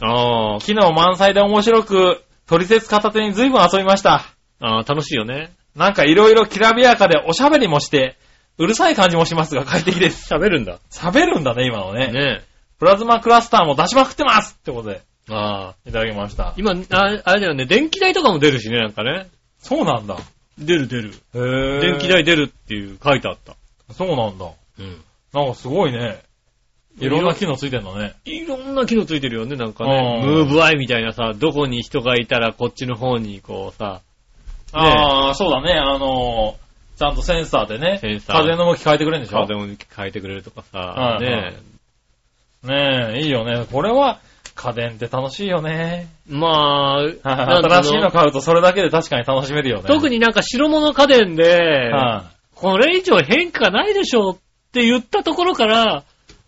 あー
機能満載で面白く、取説片手に随分遊びました。
あー、楽しいよね。
なんかいろいろきらびやかでおしゃべりもして、うるさい感じもしますが快適です。
喋るんだ。
喋るんだね、今のね。
ね
プラズマクラスターも出しまくってますってことで、
え。ああ。
いただきました。
今、ああれだよね、電気代とかも出るしね、なんかね。
そうなんだ。
出る出る。
へぇ
電気。代出るっていう書いてあった。
そうなんだ。
うん。
なんかすごいね。いろんな機能ついてんだね。
いろんな機能ついてるよね、なんかね。
うん
ムーブアイみたいなさ、どこに人がいたらこっちの方にこうさ、
ああ、そうだね。あのー、ちゃんとセンサーでね、
センサー
風の向き変えてくれるんでしょ
風を変えてくれるとかさ
は、いはい
ね
ねえ、いいよね。これは、家電って楽しいよね。
え。まあ、なんか
新しいの買うとそれだけで確かに楽しめるよね。
特
に、
になんか白物家電で、これ以上変化ないでしょうって言ったところから、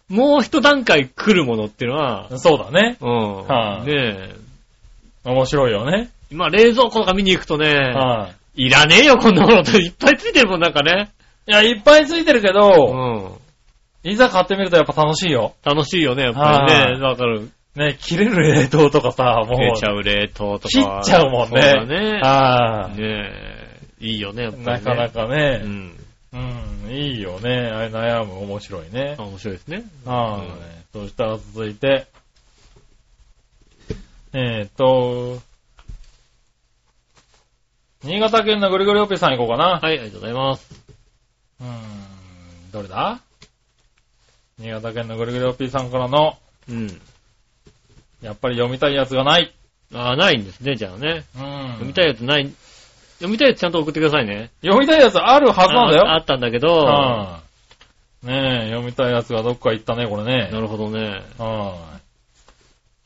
もう一段階来るものっていうのは、
そうだね。
うん。
は
ね
い
え。
面白いよね。
今、冷蔵庫とか見に行くとね、
はい
らねえよ、こんなものっていっぱいついてるもん、なんかね。
い。いや、いっぱいついてるけ
う
ど、
ん。
いざ買ってみるとやっぱ楽しいよ。
楽しいよね、やっぱり
はい
ね。わかる。
ね、切れる冷凍とかさ、もう、
切れちゃう冷凍とか。
切っちゃうもんね。
そうだね。
は
ね
い、
え。いいよね、やっぱり、ね。
なかなか
う
ね、
ん。
うん、いいよね。あれ悩む、面白いね。
面白いですね。
はい、そしたら続いて、えーっと、新潟県のぐるぐるおっぺさん行こうかな。
はい、ありがとうございます。
うーん、どれだ新潟県のぐるぐるおっぴーさんからの、
うん。
やっぱり読みたいやつがない。
あーないんですね、じゃあね。
うん。
読みたいやつない。読みたいやつちゃんと送ってくださいね。
読みたいやつあるはずなんだ
ああ
よ。
ったんだけど。
うん。ねえ、読みたいやつがどっか行ったね、これ
な
ね。
るほどね。
はい。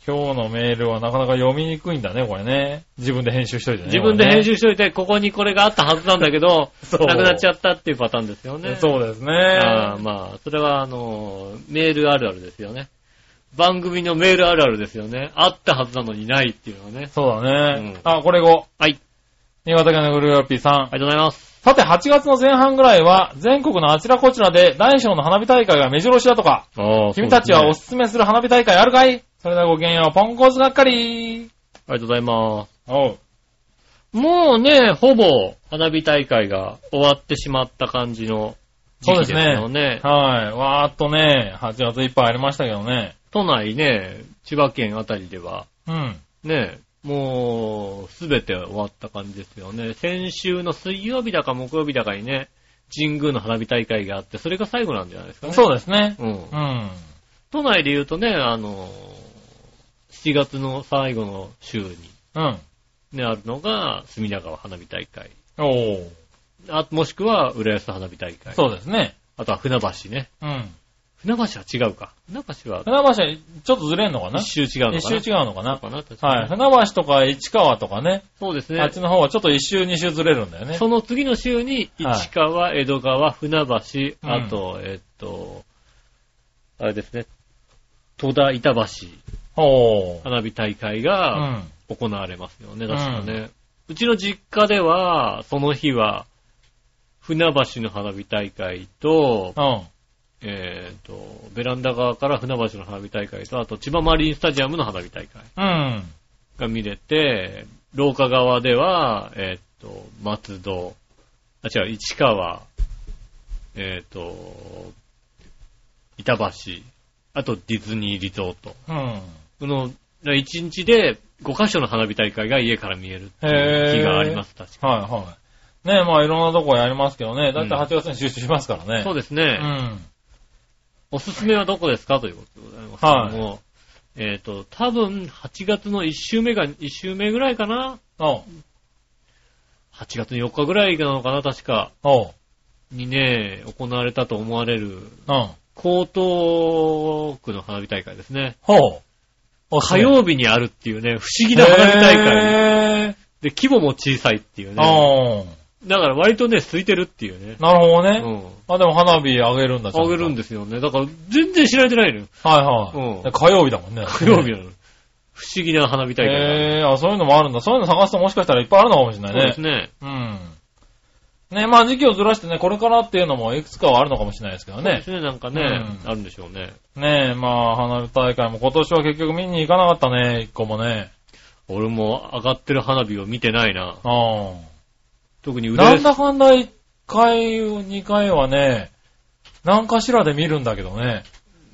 今日のメールはなかなか読みにくいんだね、これね。自分で編集しといてね。
自分で編集しといて、ここにこれがあったはずなんだけど、
そう
なくなっちゃったっていうパターンですよ
これ
ね
ね。。そうですね。
ああまあ、それはあの、メールあるあるですよね。番組のメールあるあるですよね。あったはずなのにないっていうのはね。
そうだ
うん
ね。あ、これ5。
はい。
新潟県のぐるぐるおっぴーさん
あ。りがとうございます。
さて、8月の前半ぐらいは、全国のあちらこちらで大小の花火大会が目白押しだとか、君たちはおすすめする花火大会あるかいそれではごきげんよう、ポンコツがっかり
ありがとうございます。
おう。
もうね、ほぼ花火大会が終わってしまった感じの時期ですよ
そう
ね。
はい。わーっとね、8月いっぱいありましたけどね。
都内ね、千葉県あたりでは、
うん。
ね、もうすべて終わった感じですよね。先週の水曜日だか木曜日だかにね、神宮の花火大会があって、それが最後なんじゃないですかね。
そうですね。
うん。
うん。
都内で言うとね、あの、7月の最後の週に、
うん。
ね、あるのが、隅田川花火大会。
おー。
あもしくは、浦安花火大会。
そうですね。
あとは船橋ね。
うん。
船橋は違うか。船橋は、
船橋はちょっとずれんのかな
一周違うの
一
か
周
な。
違うのかな
かな確かに
はい。船橋とか市川とかね、
そうです
あ
ね
っ。ちの方はちょっと一周二周ずれるんだよね。
その次の週に、
はい
市川、江戸川、船橋、
うん
あと、えっと、あれですね、戸田、板橋、
おー。
花火大会
う
が
ん。
行われますよね、確かね。うちの実家では、その日は、船橋の花火大会と、
うん。
えっ、と、ベランダ側から船橋の花火大会と、あと千葉マリンスタジアムの花火大会
うん。
が見れて、廊下側では、えっ、と、松戸、あ、違う、市川、えっ、と、板橋、あとディズニーリゾート。
うん。
この、1日で5カ所の花火大会が家から見えるっていう
へー
日があります、確か
はいはい。ねえ、まあいろんなとこやりますけどね。だいたい8月に集中しますからね。
そう
う
です
で
ね、
うん。
おすすめはどこですかということでございますけども、えっ、と、多分8月の1週目が、1週目ぐらいかな
おう。
?8 月の4日ぐらいなのかな、確か。
おう。
にね、行われたと思われる、
うん。
江東区の花火大会ですね。
ほう。お
火曜日にあるっていうね、不思議
日
な花火大会。
会。へ
で、規模も小さいっていう
ぇー。
ね。
おう
だから割とね、空いてるっていうね。
なるほど
う
ね。
ん。
あ、でも花火あげるんだ、ちゃん
あ
と
げるんですよね。だから全然知られてないのよ。
はいはい。
うん
火曜日だもんね。
火曜日なの。不思議な花火大会が。
へぇー。あ、そういうのもあるんだ。そういうの探すともしかしたらいっぱいあるのかもしれな
そ
いうね。
ですね。
うん。ねまあ時期をずらしてね、これからっていうのもいくつかはあるのかもしれないですけど
そうで
ね
す。ね、なんかね、
うん
あるんでしょうね。
ねえ、まあ花火大会も今年は結局見に行かなかったね、一個もね。
俺も上がってる花火を見てないな。
うん。
特に
な
浦
んだかんだ1回、2回はね、何かしらで見るんだけどね。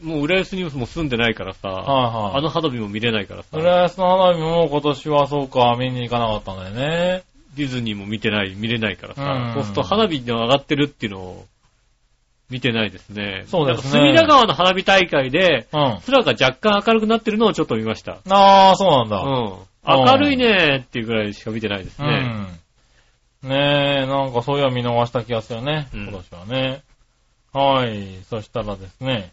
もう浦安ニュースも住んでないからさ、
はい
あ
はい。
の花火も見れないからさ、
浦安の花火も今年はそうか、見に行かなかったんだよね。
ディズニーも見てない、見れないから
う
さ、
ん
そうすると花火の上がってるっていうのを見てないですね。
そうで
なん
すね
か隅田川の花火大会で、
うん。
空が若干明るくなってるのをちょっと見ました。
ああ、そうなん
う
だ。
ん。明るいねーっていうぐらいしか見てないです
う
ね。
ん。ねえ、なんかそういや見逃した気がするね、
うん
今年はね。はい、そしたらですね、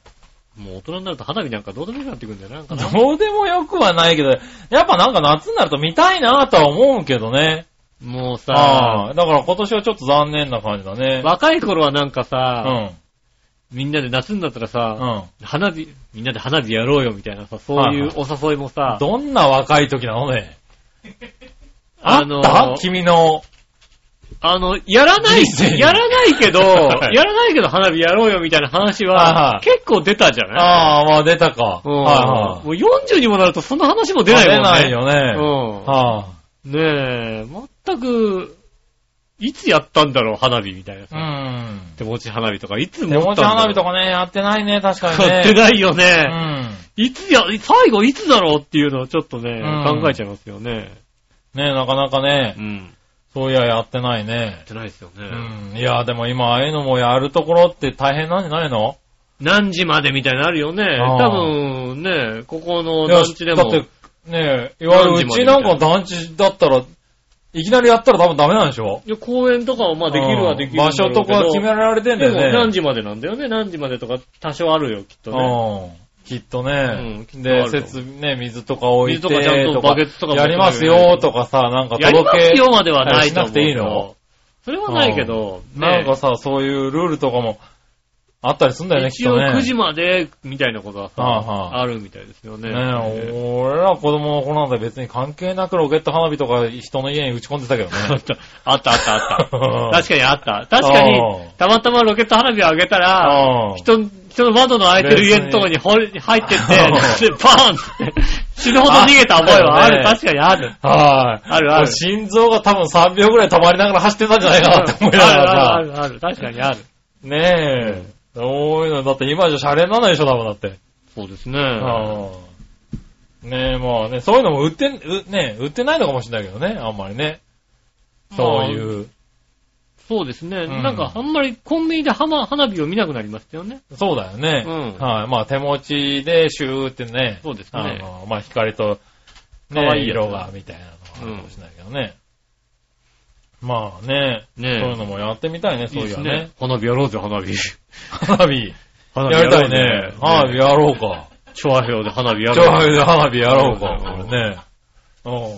もう大人になると花火なんかどうでもよくなってくるんだよななんかな。
どうでもよくはないけど、やっぱなんか夏になると見たいなとは思うけどね。
もうさ
ああ、、だから今年はちょっと残念な感じだね。
若い頃はなんか
う
さ、
ん。
みんなで夏になったら
う
さ、
ん。
花火、みんなで花火やろうよみたいなさ、そういうお誘いもさ、
どんな若い時なのね。あ
あ
っ
の
た君の。
あの、やらない
人生、に
やらないけど、
はい
やらないけど花火やろうよみたいな話
はいは、
はい結構出たじゃない
ああ、まあ出たか。
うん
はいはい。
もう40にもなるとそんな話も出ないもんね。
出ないよね。
う
は
ん。ねえ、全く、いつやったんだろう、花火みたいな
あ。
さ。
うん。
手持ち花火とか、いつ持
手持
ったんだ
ち
ろう
花火とかね、やってないね、確かにね。
買ってないよね。
うん。
いつや、最後いつだろうっていうのをちょっとね、
うん
考えちゃいますよね。
ねなかなかね
う、ん。
そういや、やってない
や
ね
っ。てないですよね。
うん。いや、でも今、ああいうのもやるところって大変なんじゃないの
何時までみたいなのあるよね。
ああ
多分ね、ここの
いや
団地でも
だっ。て、ねいわゆるうちなんか団地だったら、いきなりやったら多分ダメなんでしょ
いや公園とかはまあできるはできるんだろ
場
うけど
所とか決められてんだ
で
よ
も
ね。
何時までなんだよね。何時までとか多少あるよ、きっとね。
うん。きっとね。
うん
で、
きっとあると
設備ね、水とか置いて、
水とかちゃんとバケツとか持って
やりますよとかさ、なんか
やりま
届
す
け、
よまではない
し
と
な
思
く
う
て
け
いいの
ど。それはないけど、
なんか
ね
さ、そういうルールとかもあったりすんだよね、きっ
一
と
応
ね。
9時までみたいなことはさ、
はあはあ
あるみたいですよね。
ねえ、俺ら子供の頃なんて別に関係なくロケット花火とか人の家に打ち込んでたけどね。
あった、あった、あった、あった。
うん
確かにあった。確か
うん
に、たまたまロケット花火を上げたら、
うん
人、人の窓の開いてる家のとこに掘り入ってって、で、バーンって、死ぬほど逃げた覚えはある。
あ
確かにある。
はい。
あるある
もう心臓が多分3秒ぐらい止まりながら走ってたんじゃないかなって思いなが
あ
ら
るあるある、確かにある。
さ。ねえ。そういうの、だって今じゃシャレにならないでしょ、多分だって。
そうですね。
うんねえ、まあね、そういうのも売って、うねえ売ってないのかもしれないけどね、あんまりね。そういう。
そうですね。
ん
なんか、あんまりコンビニで花花火を見なくなりましたよね。
そうだよね。
うん
はい。まあ手持ちでシューってね。
そうです
あ
ね。
の、まあ光と、
かわ
ね
いいやつ
色が、みたいなのがあるかもしれないけどね。まあね、
ねえ
そういうのもやってみたいね、そういうのね。。
花火やろうぜ、花火。
花火。
花
やりたいね。花火
やろうぜ。
やろうか。
調和表で花火や
ちょ
ろうぜ。
花火やろうか。
うん
これね。うん。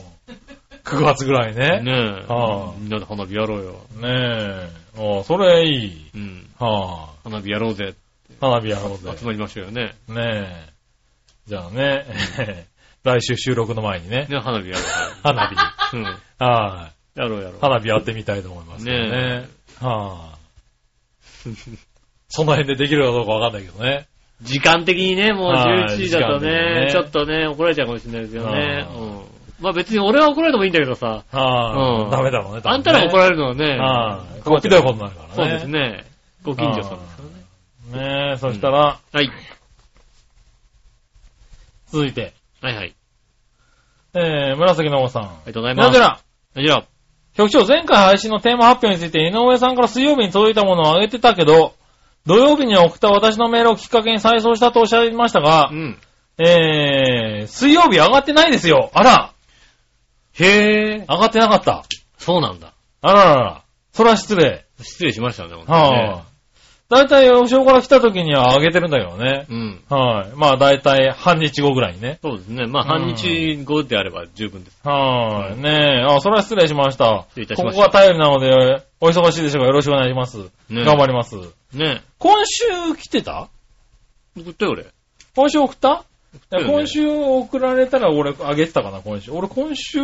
9月ぐらいね。ね
ねえ。
はあ
みんなで花火やろうよ。
え。おそれいい。
うん。
は
花火やろうぜ。
あ、花火やろうぜ。
集まりましょうよね。
ねえ。じゃあね、 来週収録の前にね、
ね、花火やろう
花火。
ぜ。うん。
はい。
やろうやろう。
花火やってみたいと思いますけどね。
ね
はあ、その辺でできるかどうかわかんないけどね。
時間的にね、もう
はい
11時だとね、
時間的にね
ちょっとね、怒られちゃうかもしれないですよね。
あ
うん。まあ別に俺は怒られてもいいんだけどさ。
はあ、
うん
ダメだろうね。
あんたらが怒
れ
られるのはね、
はい。こっちだよ、こんなんからね。
そうです。ね。ご近所さんですからね。
ねえ、そしたら、
はい。
続いて、
はいはい。
えー、紫の王さん。
ありがとうございます。
なぜら、
なぜら。
局長、前回配信のテーマ発表について、井上さんから水曜日に届いたものをあげてたけど、土曜日に送った私のメールをきっかけに再送したとおっしゃいましたが
う、ん。
えー、水曜日上がってないですよ。あら、
へえ。
上がってなかった。
そうなんだ。
あららら、それは失礼。
失礼しましたね、本当にね
はあ。だいたい吉尾から来た時には上げてるんだけどね。
うん。
はい。まあだいたい半日後ぐらいにね。
そうですね。まあ半日後であれば十分です。
はい。ねえ。あ、それは失礼しました。
失礼いたしました
ここが頼りなので、お忙しいでしょうがよろしくお願いします。
ね
頑張ります。
ね
今週来てた
え。送ったよ、俺。
今週送った
たよね
今週送られたら俺あげてたかな、今週。俺今週、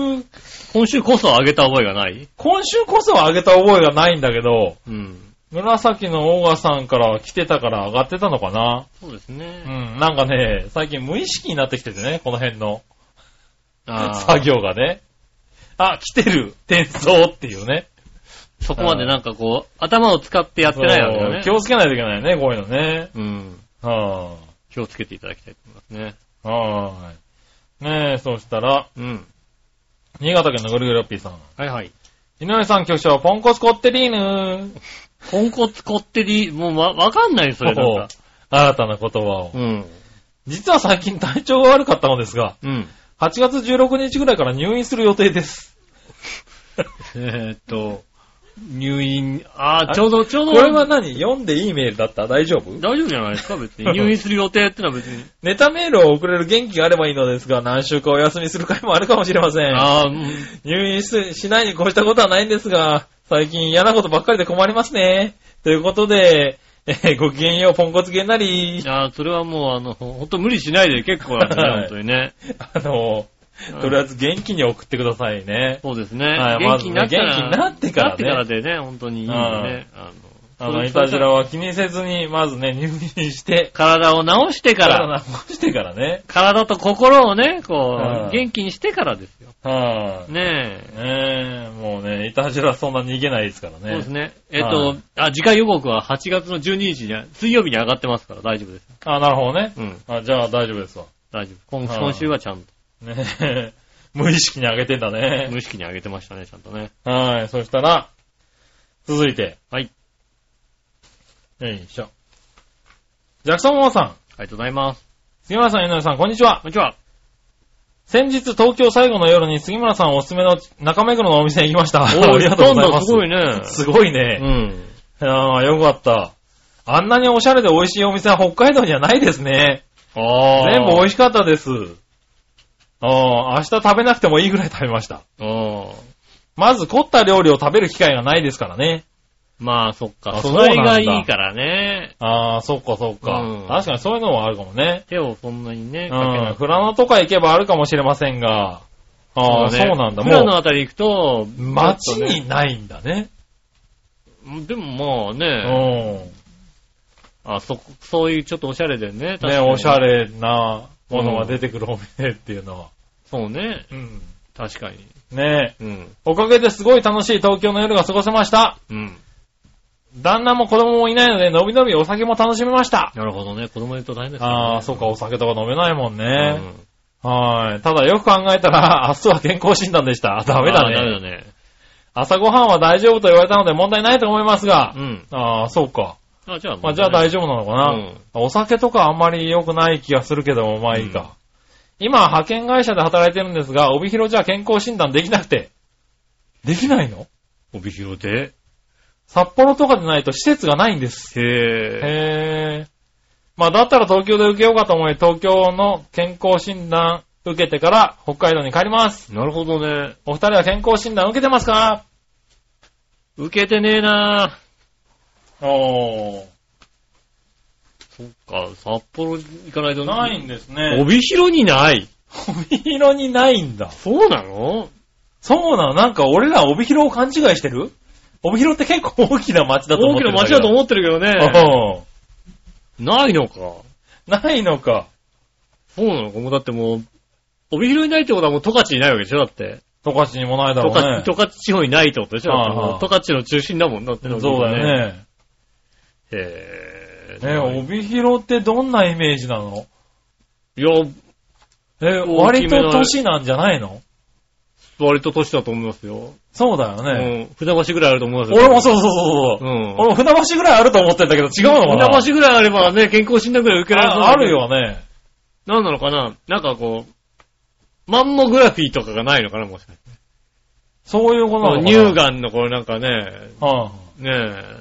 今週こそ上げた覚えがない
今週こそはあげた覚えがないんだけど、
うん。
紫のオーガさんから来てたから上がってたのかな
そうです
う
ね。
ん、なんかね、最近無意識になってきててね、この辺の
あー
作業がね。あ、来てる転送っていうね。
そこまでなんかこう、頭を使ってやってないわけだね。
そう気をつけないといけないね、こういうのね。
うん。
は
気をつけていただきたいと思いますね。
ぁ、はーい。ねえ、そうしたら、
うん。
新潟県のぐるぐるおっぴーさん。
はいはい。
井上さん局長、ポンコツコッテリーヌ
ポンコツこってり、もうわ、わかんない、それなんか。
新たな言葉を。
うん。
実は最近体調が悪かったのですが、
うん。
8月16日ぐらいから入院する予定です。
えーっと、入院、あー、ちょうど、ちょうど、
これは何読んでいいメールだった大丈夫
大丈夫じゃないですか、 別に。入院する予定ってのは別に。
ネタメールを送れる元気があればいいのですが、何週かお休みする回もあるかもしれません。
あー、うん
入院ししないに越したことはないんですが、最近嫌なことばっかりで困りますね。ということで、えーごきげんよう、ポンコツげんなり。
あー、それはもう、あの、ほんと無理しないで結構なんでね、
はい
本当にね。
あの、とりあえず元気に送ってくださいね。
そうですね。
はい
元気になったら、
まずね元気になってか
な
らね
ってからでね、本当にいいよね。あ
あ
の
の、いたじらは気にせずに、まずね、入院して、
体を治してから、
体直してからね。
体と心をね、こ
うん
う、元気にしてからですよ。
はい、
ねえ。
ねえ、もうね、いたじらそんな逃げないですからね。
そうですね。えっ
は
と
い、
あ、次回予告は8月の12日に、水曜日に上がってますから大丈夫です。
あ、なるほどね。
うん、
あ、じゃあ大丈夫ですわ。
大丈夫。今
はい
今週はちゃんと、
ねえ、無意識にあげてんだね。
無意識に上げてましたね、ちゃんとね。
はい、そしたら、続いて。
はい。
よいしょ。ジャクソンママさん、
ありがとうございます。
杉村さん、井上さん、こんにちは。
こんにちは。
先日、東京最後の夜に杉村さんおすすめの中目黒のお店に行きました。
お
ありがとうございます。
すごいね。
すごいね。
うん。
ああ、よかった。あんなにおしゃれで美味しいお店は北海道にはないですね。
あ
全部美味
しい。
しかったです。ああ、明日食べなくてもいいぐらい食べました。
ああ。
まず凝った料理を食べる機会がないですからね。
まあ、そっか。
あ
素材
そうな
が
ん
い
だ
いからね。
ああ、そっかそっか、
うん
確かにそういうのもあるかもね。
手をそんなにね、
う、
かけなんくて
富良野とか行けばあるかもしれませんが。ああ、そう,、なんだ。
もうね。の
も
あたり行くと、
う、街
ちょっとね
にないんだね。
でもまあ
う
ね、
ん。
あ、そ、そういうちょっとおしゃれでね、確か
ね、
に
おしゃ。れなものが出てくるお店っていうのは。
そうね、
うん。
確かに。
ねえ。
うん。
おかげですごい楽しい東京の夜が過ごせました。
うん。
旦那も子供もいないので、のびのびお酒も楽しめました。
なるほどね、子供いると大変ですよね
ああ、そうか、お酒とか飲めないもん
う
ね。
ん。
はい。ただよく考えたら、明 日は健康診断でした。あダメだ
あーダメだ
ね。
ね。
朝ごはんは大丈夫と言われたので問題ないと思いますが。
うん。
ああ、そうか。
あ、じゃあ、
まあ、じゃあ大丈夫なのかな、
うん
お酒とかあんまり良くない気がするけども、まあいいか。今、派遣会社で働いてるんですが、帯広じゃ健康診断できなくて。できないの
帯広で。
札幌とかでないと施設がないんです。
へえ。
へー。まあ、だったら東京で受けようかと思い、東京の健康診断受けてから北海道に帰ります。
なるほどね。
お二人は健康診断受けてますか
受けてねえな
おー。
そっか、札幌行かないと
ないんですね。
帯広にない。
帯広にないんだ。
そうなの
そうなのなんか俺ら帯広を勘違いしてる帯広って結構大きな町だと
大
思っ
き
て
な
る。
町だと
っ
思ってるけどね。
て
ないのか。
ないのか。
そうなのか。もうだってもう、帯広にないってことはもう十勝にないわけでしょだって。
十勝にもないだ
十
ろう
勝、
ね。
十勝地方にないってことでしょだって
はい
もう
はい
十勝の中心だもんだって。
そうだよ。ね。
へ
ね帯広ってどんなイメージなの
いや、
え、
大き
割
めの
と都市なんじゃないの
割と都市だと思いますよ。
そうだよ
う
ね。
ん。船橋ぐらいあると思いますよ。
俺もそうそうそう
う
そう。
ん。
俺も船橋ぐらいあると思ってんだけど違うのかな
船橋ぐらいあればね、健康診断ぐらい受けられそう
あ
だ
あ
けど
る。よね。
なんなのかななんかこう、マンモグラフィーとかがないのかなもしかして。
そういうことなのかな
乳がんのこれなんかね、
は
ねえ、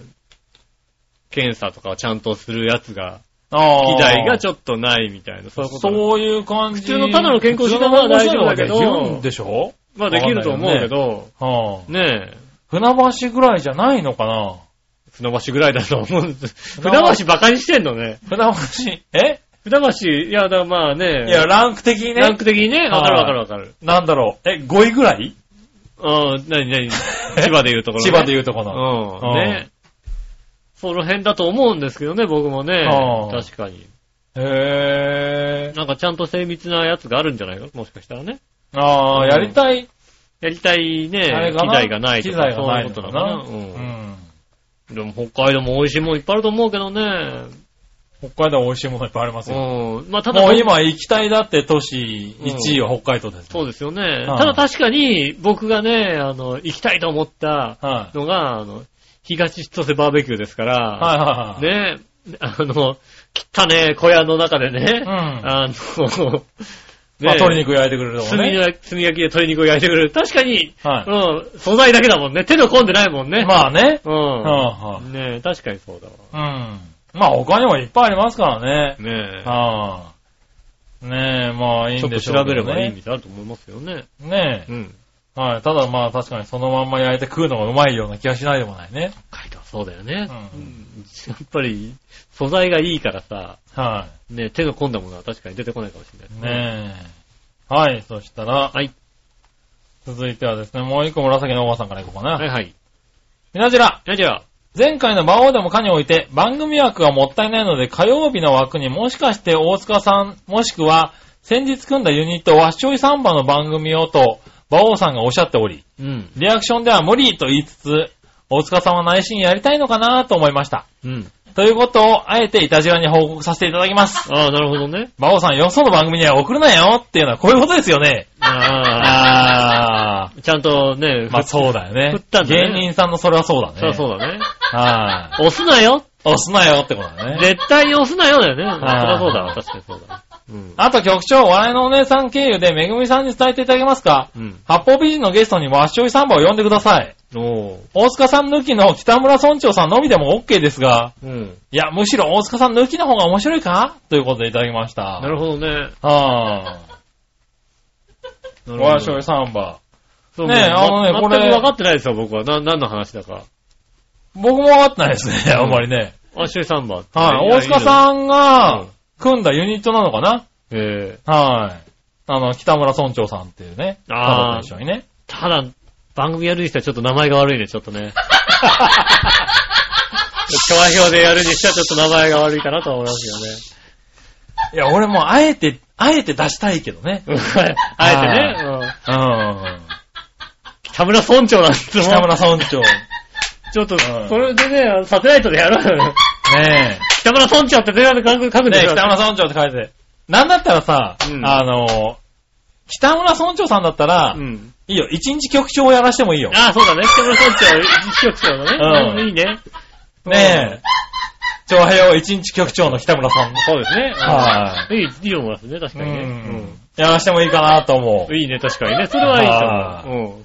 検査とかをちゃんとするやつが、
あああ
機材がちょっとないみたいな、そういうこと。
そういう感じ。
普通のただの健康診断は大丈夫だけど
普通の健康診断はできるんでしょ
まあできると思うけど、
はあ。
ねえ、
船橋ぐらいじゃないのかな
船橋ぐらいだと思うんです。
船
船橋
橋
バカにしてんのね。
船橋、え
船橋、いや、だからまあね、
いや、ランク的に
ラン
ね、
ク的にね、わかるわかるわかる。
なんだろう、え、5位ぐらい
うん、なに なに、千葉で言うところ、ね。
千葉で
う
言うとこ
と
の。
うん、ね。その辺だと思うんですけどね、僕もね
あ。あ
確かに。
へぇー。
なんかちゃんと精密なやつがあるんじゃないかもしかしたらね。
ああ、やりたい。
やりたいね、
あれ
機
かな
材がないと
機
か、
材
そ
が
う
ないいうの
こと
か
なのか
な
な。。う
う
ん
ん。
でも北海道も美味しいもんいっぱいあると思うけどね。
北海道美味しいものいっぱいありますよ。
うん。まあただ、
もう今、行きたいだって都市1位は北海道です。
そうですよね。
うん
ただ確かに、僕がね、あの、行きたいと思った
はい。
のが、あの、東千歳バーベキューですから、
はいはいはい。
ねえ、あの、汚ねえ小屋の中でね、
うん
あの、ねえ
まあ、鶏肉焼いてくれるとこ
炭
ね。
焼き炭焼きで鶏肉を焼いてくれる。確かに、
はい
うん、素材だけだもんね。手の込んでないもんね。
まあね。
う
は
ん。ねえ、確かにそうだわ。
いはい。うん。まあ、他にもいっぱいありますからね。
ね
はあ。ねえ、まあ、い
え。
い
ちょっ
んで
と
しょ
調
うけ
べれ
どね。
ばいい店あると思いますよね。
ねえ
う。ん。
はい。ただまあ確かにそのまんま焼いて食うのがうまいような気がしないでもないね。
北海道はそうだよね。
うん
うんやっぱり、素材がいいからさ、
は
ねえ手の込んだものは確かに出てこないかもしれない
い。ねえ。はい、そしたら、
はい。
続いてはですね、もう一個紫のおばさんからいこうかな。
はいはい。
みなじら、
じゃあじゃあ、
前回の魔王でもかにおいて、番組枠がもったいないので、火曜日の枠にもしかして大塚さん、もしくは、先日組んだユニット、わっしょいサンバの番組をと、馬王さんがおっしゃっており、
うん。
リアクションでは無理と言いつつ、大塚さんは内心やりたいのかなと思いました。
うん。
ということを、あえていたじらに報告させていただきます。
ああ、なるほど ね。
馬王さん、よその番組には送るなよっていうのはこういうことですよね。
あ
あ
あ。ちゃんとね、
ー。 まあそうだよね。
振ったんだね
芸人さんのそれはそうだね。
そうそうだね。
はい。
押すなよ
押すなよってことだね。
絶対に押すなよだよね。そり
あ
ゃ
ー
そうだわ。確かにそうだわ。うん。
あと局長、笑いのお姉さん経由でめぐみさんに伝えていただけますか
うん。
八方美人のゲストにわっしょいサンバを呼んでください。
おー。
大塚さん抜きの北村村長さんのみでも OK ですが、
うん。
いや、むしろ大塚さん抜きの方が面白いかということでいただきました。
なるほどね。
ほど。はぁ、
な
あ。
るほ
わ
ど
っしょいサンバ。
そう
ねえ
もう
あのね
ま
これ
全く分かってないですよ、僕は。な、何の話だか。
僕も分かってないですね、
うん
あんまりね。
アッシュサンバってね。
はい。大塚
ん。
さん
う
が
ん
組んだユニットなのかな
ええ。
はい。あの、北村村長さんっていうね。
あー
方と一緒にね。
ただ、番組やるにしてはちょっと名前が悪いね、ちょっと ね。調和表でやるにしてはちょっと名前が悪いかなとは思います
いや、俺もあえて、あえて出したいけどね。
けどね。 あえてね。うん
うん。
北村村長なんですもん
北村村 長。ね
ちょっと、
ん
それでね、サテライトでやろうよ。
え。
北村村長って電話で書く書くんで
ねえ
しょ。
北村村長って書いて。なんだったらさ、
うん
あの、北村村長さんだったら、
うん。
いいよ、一日局長をやらしてもいいよ。
ああ、そうだね。北村村長、一局長だね。
うん
いいね。
ねえ。長平を一日局長の北村さん。
そうですね。。
はい
いい、いいと思いますね、確
う
かにね。
ん。やらしてもいいかなと思
うんいいね、確かにね。それはいいと思う。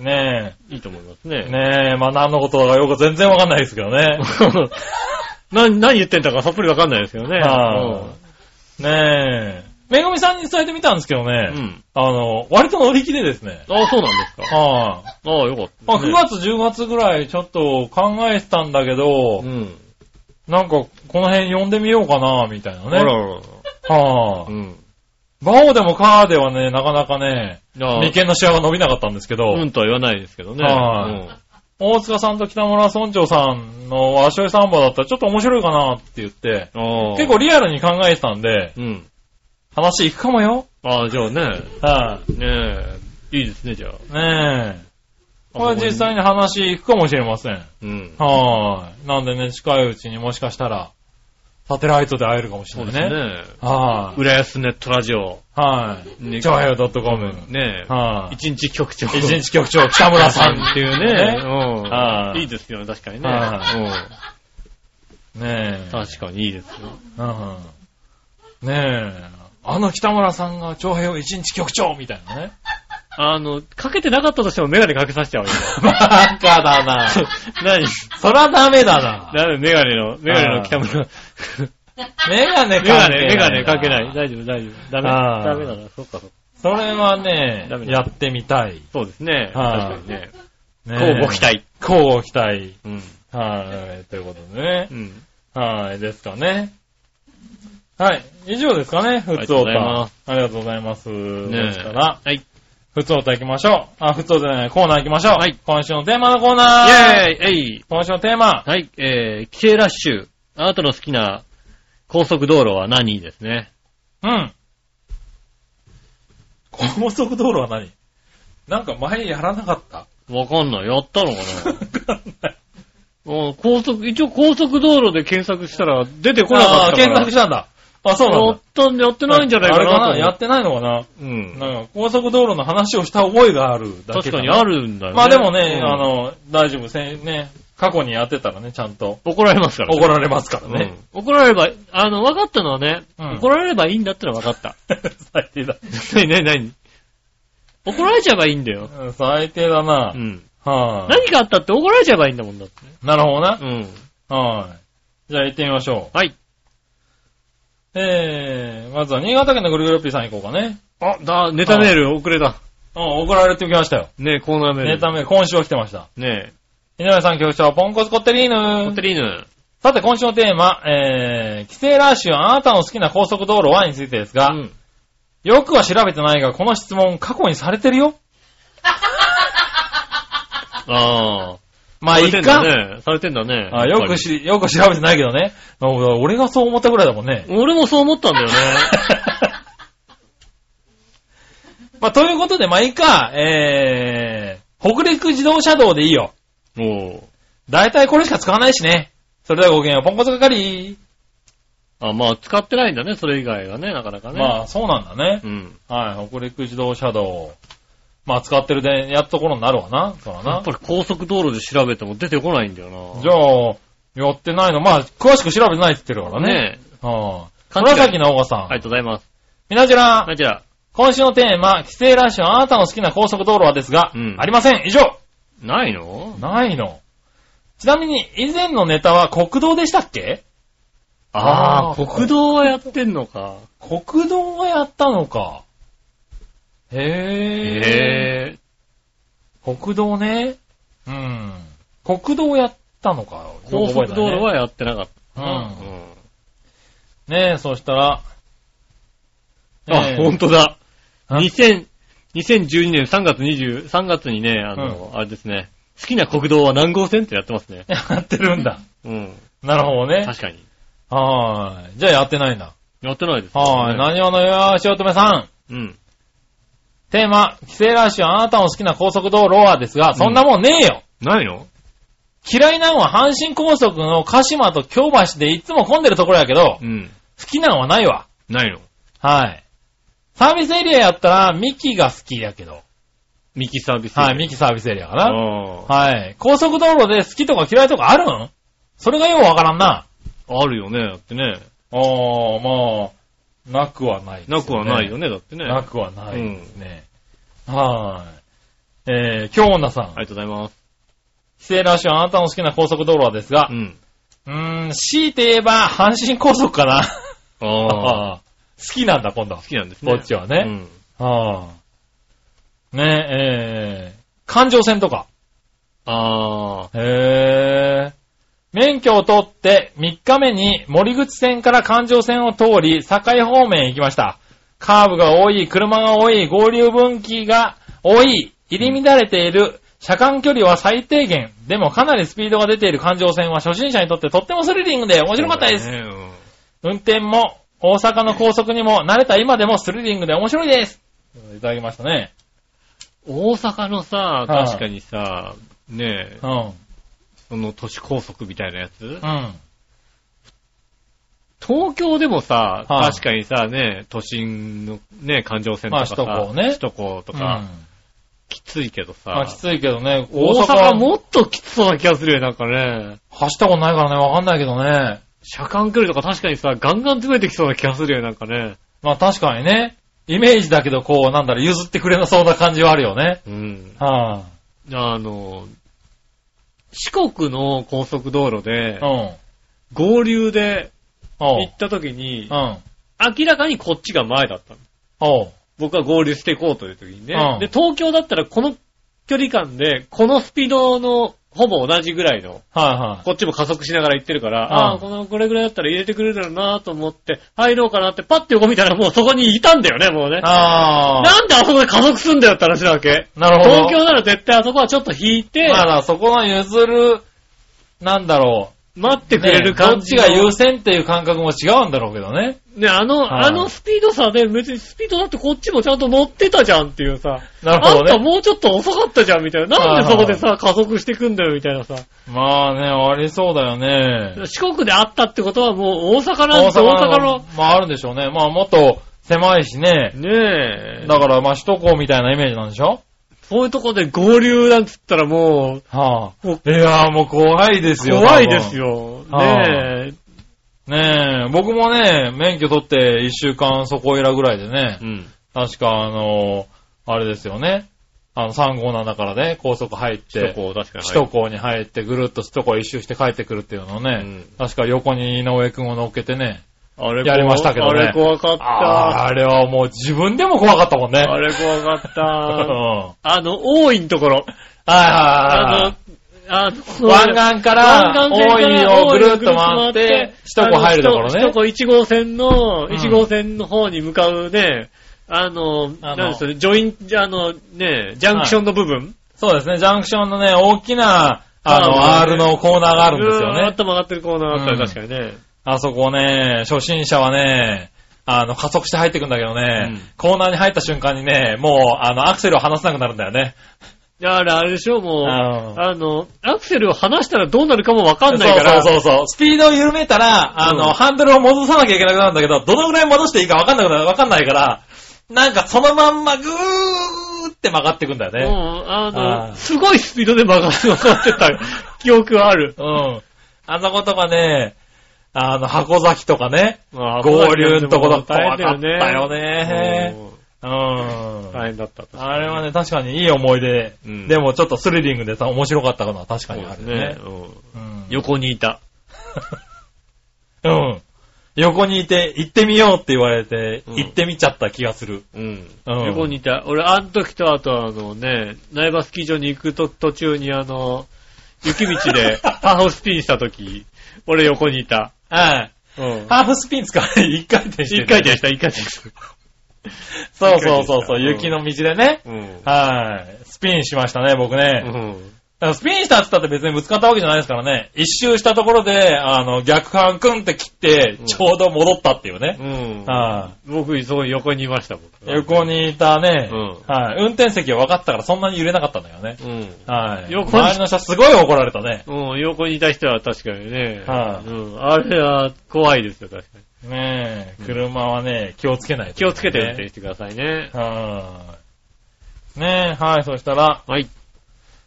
う。ね
うん。いいと思います
え。
ね。
ねえ、まあ何のことだかよく全然わかんないですけどね。
な、何言ってんだかさっぱりわかんないですよね。
はあねえ。めぐみさんに伝えてみたんですけど
う
ね。
ん。
あの、割と乗り気でですね。
ああ、そうなんですか。
は
ああ、よかっ
い、ま
た
あ、
ですね。
9月、10月ぐらいちょっと考えてたんだけど、
うん。
なんかこの辺呼んでみようかな、みたいな
あ
ね。
ららら。
は
う
ぁ、
ん。
バオでもカーではね、なかなかね、
ああ
眉間のシワが伸びなかったんですけど、
うんとは言わないですけどね。
はい大塚さんと北村村長さんの和尚サンバだったらちょっと面白いかなって言って、
うんああ。
結構リアルに考えてたんで、
うん。
話行くかもよ。
ああ、じゃあね。
は
ねえ。いいですね、じゃあ。
い、ねえ。これ実際に話行くかもしれません。
うん。
はーい。なんでね、近いうちにもしかしたら、サテライトで会えるかもし
そ
れ
う
な
です
いね。
ね。
はーい。
浦安ネットラジオ。
はい。
ね
チョアヘオ .com。
ねえ。
はい。
一日局長。
一日局長、北村さんって
って
い
いうう
ね
ね。。
は
う
い
ん。いいですよね、確かにね。
は
う
ね
ん。
え。
確かにいいですよ。
うん。ねえ。あの北村さんが、長平を一日局長みたい なね。
あの、かけてなかったとしてもメガネかけさせちゃうよ。
バカだな。
何
そらダメだな。
なんでメガネの、メガネの北村。
メガネ
メ
か
ガ
け
ネ、メガネかけない。
い。
大丈夫、大丈夫。ダメ。
あー
ダメだな、そっかそっか。
それはね
ダメ、だ
やってみたい。
そうですね。確
はい
かにね。
ね
こうご期。待。
こうご期待。
うん。
はい、ということでね
う。ん。
はい、ですかね。はい、以上ですかね、ふつおた。ありがとうございます。
ねえ
ですから、
はい。
ふつおた行きましょう。あ、ふつおたじゃない、コーナー行きましょう。
はい
今週のテーマのコーナーイ
イェーイえい
今週のテーマ、
はい、えー、帰省ラッシュ。あなたの好きな高速道路は何ですね。
うん。高速道路は何なんか前やらなか った
わかんない。やったのか な
わかんない。
うん高速、一応高速道路で検索したら出てこなか
あ
ったか
ー
ら。
検索したんだ。あ、そう
や
なん
っ
だ。
たんでやってないんじゃないかなと思
あれかなや
う。
ってないのかな
うん。
なんか高速道路の話をした覚えがあるだ
確
け
か
な
にあるんだよね。
まあでも
う
ね、
ん
あ、の、大丈夫、せんね、過去にやってたらね、ちゃんと
怒られますからね、
怒られますからね。
うん怒られれば、あの、分かったのはね、
うん
怒られればいいんだってのは分かった。
最低だ。
何、何、何怒られちゃえばいいんだよ。
うん最低だな。
うん。
はい、
何かあったって怒られちゃえばいいんだもんだって。
なるほどな。
うん。
はい。じゃあ行ってみましょう。
はい。
えー、まずは新潟県のぐるぐるピーさん行こうかね。
あ、だ、ネタメール遅れた。
うん、送られてきましたよ。
ねコーナーメール。
ネタメール、今週は来てました。
ね
井上さん局長、ポンコツコッテリー
え。ホ
ヌ
テリーヌ。
さて、今週のテーマ、えー、帰省ラッシュ、あなたの好きな高速道路はについてですが、
うん
よくは調べてないが、この質問過去にされてるよ。
ああ。
まあ、
さ
い
れ
って
ん
か
だ。ね。されてんだね。
あよく
やっ
し、よく調べてないけどね。まあ俺がそう思ったぐらいだもん ね
ぱ。り俺もそう思ったんだ よね。
まあ、ということで、まあ、いいか、えー、北陸自動車道でいいよ。
おう
だいたいこれしか使わないしね。それではごきげんよう、ポンコツ係。
あ、まあ、使ってないんだね、それ以外がね、なかなかね。
ま
あ。
あ、そうなんだね
う。ん。
はい、北陸自動車道。まあ、使ってるで、やっところになるわな。そうだ
や
な
っぱ。り高速道路で調べても出てこないんだよな。
じゃあ、やってないの。まあ、詳しく調べてないって言ってるから
ね
ね。
え。
はあ、
勘違い
紫のおばさん。
ありがとうございます。
みなじら、
あ、じゃあ、
今週のテーマ、帰省ラッシュ、あなたの好きな高速道路はですが、
うん
ありません。以上。
ないの
ないの。ちなみに、以前のネタは国道でしたっけ
ああ、
あー
国道はやってんのか。
国道がやったのか。へえ。
へえ。
国道ね。うん。国道やったのか。
高速道路
よく覚
はやってなかっ
え
た
たね
な。
う
ん。
ん。ねえ、そしたら。
あ、ほん
当。
とだ。
あ
2000 2012年3月20、3月にね、あの、あれですね、好きな国道は何号線ってやってますね。
やってるんだ。
うん。
なるほどね。
確かに。
はーい。じゃあやってないんだ。
やってないですね。
はーい。何をのよ、しおとめさん。
うん。
テーマ、帰省ラッシュ、あなたの好きな高速道路はですが、そんなもんねえよ。
ないの
嫌いなのは阪神高速の鹿島と京橋でいつも混んでるところやけど、好
うん。
きなのはないわ。
ないの
はい。サービスエリアやったら、ミキが好きやけど。
ミキサービス。
はい、ミ
キ。
キサービスエリアか
あ
な。
あ。
はい。高速道路で好きとか嫌いとかあるんそれがようわからんな。
あるよね、だってね。
あー、まあ、なくはない、
なくはないよ。ね、だってね。
な
あ
くはない
い
で
ですす
ね。はーい。えー、京女さん。
りがとうございます。
帰省ラッシュあなたの好きな高速道路はですが
う、ん。
うーん、強いて言えば、阪神高速かな。
ああ。
好きなんだ、今度は
好。きなんですね。
こっちは
う
ね。
ん。
はあ、ねえ、えー、環状線とか。
ああ。
へえ。免許を取って3日目に森口線から環状線を通り、境方面へ行きました。カーブが多い、車が多い、合流分岐が多い、入り乱れている、車間距離は最低限。でもかなりスピードが出ている環状線は初心者にとってとってもスリリングで面白かったです
そう。だねうん
運転も、大阪の高速にも慣れた今でもスリリングで面白いです。いただきましたね。
大阪のさ、
はい
確かにさ、ねえ
う、ん。
その都市高速みたいなやつ
うん。
東京でもさ、
はい
確かにさ、ね、都心のね、環状線と
まあ
かさ、
首都高ね
首都高と
と
か、きついけどさ、
まあきついけどね、
大
は
阪もっときつそうな気がするよ、なんかね。
走ったことないからね、わかんないけどね。
車間距離とか確かにさ、ガンガン詰めてきそうな気がするよ、なんかね。
まあ確かにね、イメージだけど、こう、なんだろう、譲ってくれなそうな感じはあるよね。
うん。
は
あの、四国の高速道路で
あ、、うん。
合流で
おう。
行った時に
う、ん。
明らかにこっちが前だったの。
おう。
僕は合流していこうという時にね。
うん
で、東京だったらこの距離感で、このスピードのほぼ同じぐらいの、
はいはい。
こっちも加速しながら行ってるから、
ん
ああ、この、これぐらいだったら入れてくれるだろうなと思って、入ろうかなって、パッて横見たらもうそこにいたんだよね、もうね。
ああ。
なんであそこで加速すんだよって話なわけ。
なるほど。
東京なら絶対あそこはちょっと引いて、
まあだからそこの譲る、なんだろ
待って
う。
くれる
ね
感
どっ
じ
ち
の
が優先っていう感覚も違うんだろうけどね。
ね、あの、
はい
あのスピード差で別にスピードだってこっちもちゃんと乗ってたじゃんっていうさ。
なる
あ
ほ
ん
ど
た
ね。
もうちょっと遅かったじゃんみたいな。
はい
なん
はい
でそこでさ、加速してくんだよみたいなさ。
まあね、ありそうだよね。
四国であったってことはもう大阪なん
大
です
阪
大阪
の
の。、
まああるんでしょうね。まあもっと狭いしね。
ねえ。
だからまあ首都高みたいなイメージなんでしょ
そういうとこで合流なんつったらもう、
はあ、
もう
いやーもう怖いですよ。
怖いですよ。
多分
ね
多分。ねえ、僕もね、免許取って一週間そこいらぐらいでね
え。、うん。
確かあのーあれですよね、あの357からね、高速入っ
首
て、
都高、確かに。
首都高に入ってぐるっと首都高一周して帰ってくるっていうのをね、
うん
確か横に井上くんを乗っけてね、
あれ
やりましたけどね
あれ怖かった。
あー
あ
あれはもう自分でも怖かったもんね。
れ怖かっ
うん
た。
は
あの、大井のところ。
いはいはいは
あ
い。
の、あの、
湾岸から大井をぐるっと回って、首都高入るところ
首都
ね。
高1号線の、
うん
1号線の方に向かうね、あの、
あの
なんでしょうね、ジョイン、じゃあの、ね、ジャンクションの部分、
そうですね、ジャンクションのね、大きな、あの、
あの
R のコーナーがあるんですよ
ぐーっ
ね。
と曲がってるコーナーあった
うん
ら確かにね。
あそこね、初心者はね、あの、加速して入ってくんだけどね、
うん
コーナーに入った瞬間にね、もう、あの、アクセルを離せなくなるんだよね。
だからあれでしょ、もう、
あ
あの、アクセルを離したらどうなるかもわかんないから、
そうそうそうそう。スピードを緩めたら、あの、
うん
ハンドルを戻さなきゃいけなくなるんだけど、どのぐらい戻していいかわかんなくなる、わかんないから、なんかそのまんまぐーって曲がってくんだよね。
うん、あの、
あー
すごいスピードで曲がってた 記憶はある。
うん。あそことかね、あの、箱崎とかね、
まあ
合流のとこだった
大
ら
変だよね。
怖かったよね
うん
うん。
大変だった。
あれはね、確かにいい思い出。
うん
でもちょっとスリリングでさ、面白かったかな、確
そ
か
う
に
で
あ
す
る
ね
ね。。
うん
うん
横にいた。
うん。横にいて、行ってみようって言われて、
うん
行ってみちゃった気がする。
うん。
うん
横にいた。俺、あの時とあとあのね、苗場スキー場に行くと途中にあの、雪道 でハーフスピンした時、俺横にいた。
はい。
うん。
ハーフスピン使う一回転して
一
る
回転した、一回転した。
そうそうそうそ
一回転
う、
した
雪の道でね。
うん。
はい。スピンしましたね、僕ね。
うん。
だからスピンしたって言ったって別にぶつかったわけじゃないですからね。一周したところで、あの、逆半クンって切って
うん、
ちょうど戻ったっていうね。
うん。
は
僕、そう横にいました、僕。
い。横にいたね、
うん
はい。運転席は分かったからそんなに揺れなかったんだよね。
うん。
はい。
横に
周りの人はすごい怒られたね。
うん、横にいた人は確かにね。
はい
うん。あれは怖いですよ、確かに。
ね
うん
え、車はね、気をつけないと
気
ね、
をつけて運転してくださいね。
はい。ねえ、はい、そしたら、
はい。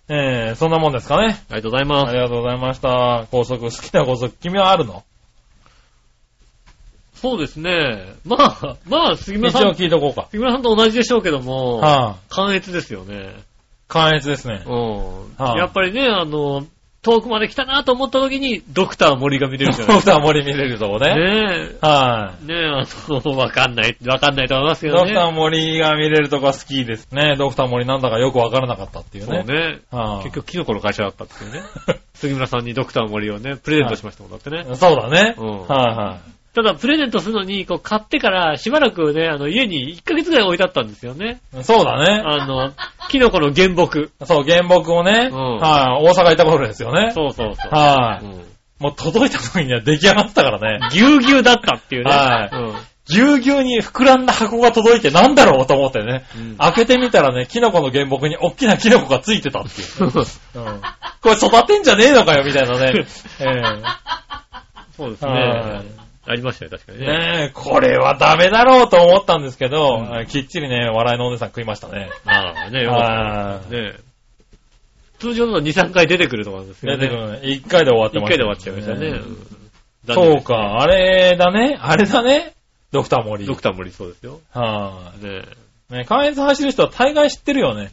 えー、そんなもんですかね。
ありがとうござい
あ
ま
り
す。
がとうございました。高速、好きな高速、君はあるの
そうですね。まあ、まあ、杉
一
村さ
応
ん、
聞いとこうか。
杉村さんと同じでしょうけども、
は
関越ですよね。
い。関越ですね。
うん。
はあ
やっぱりね、あの、遠くまで来たなと思った時に、ドクター森が見れるじゃない
ド
で
クター森見れるとこ
すか。
ね。
ね
は
え。ねえ、あの、わかんない、わかんないと思いますけ
い。ド
ど
ク
ね。
ター森が見れるとこは好きですね。ドクター森なんだかよくわからなかったっていう
そう
ね。
ね。
は
結
い
局、キノコの会社だったって いうね。杉村さんにドクター森をね、プレゼントしましたもんだってね。
そうだね。
うん
は
ただ、プレゼントするのに、こう、買ってから、しばらくね、あの、家に1ヶ月ぐらい置いてあったんですよね。
いはい。そうだね。
あの、キノコの原木。
そう、原木をね、
うん
はい。大阪行った頃ですよね。
そうそうそう。
は
う
い。
ん
もう届いた時には出来上がってたからね。
ぎゅうぎゅうだったっていうね。
はい
うん
ぎゅうぎゅうに膨らんだ箱が届いてなんだろうと思ってね
うん。
開けてみたらね、キノコの原木に大きなキノコがついてたっていう。うんこれ育てんじゃねえのかよ、みたいな ね。ええ
そうですね
は。
ありましたね、確かにね。
ねえ、これはダメだろうと思ったんですけど、
うん
あきっちりね、笑いのお姉さん食いましたね。
ああ、ね、よかったですね。通常の2、3回出てくると思うんですけど
出てく
ね。
るね。一回で終わって
1
ま
回で
した、
終わっちゃいましたね。うん
そう。か、あれだね、あれだね、ドクター森。
ドクター森そうですよ。
は
ね
い、ね、関越走る人は大概知ってるよね。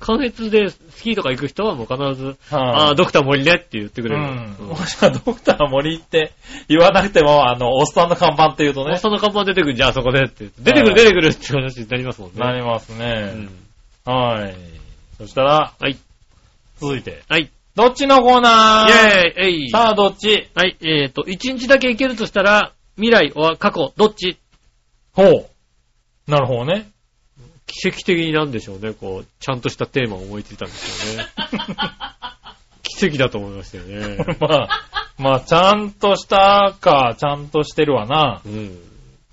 関越でスキーとか行く人はもう必ず、あ
は
あ、ドクター森ねって言ってく
い
れる。
うん。もしくはドクター森って言わなくても、あの、おっさんの看板って言うと
おっ
ね、
さんの看板出てくるじゃあそこでって。出てくる出てくるって話になりますもんね。
なります
う
ね。
ん
はい。そしたら、
はい。
続いて、
はい。イ
どっちのコーナー
ェーイえい
さあ、どっち
はい、えっと、1日だけ行けるとしたら、未来は過去、どっち
ほう。なるほどね。
奇跡的になんでしょうね、こう、ちゃんとしたテーマを思いついたんですよ ね。奇跡だと思いましたよね。
まあ、まあ、ちゃんとしたか、ちゃんとしてるわな。
うん。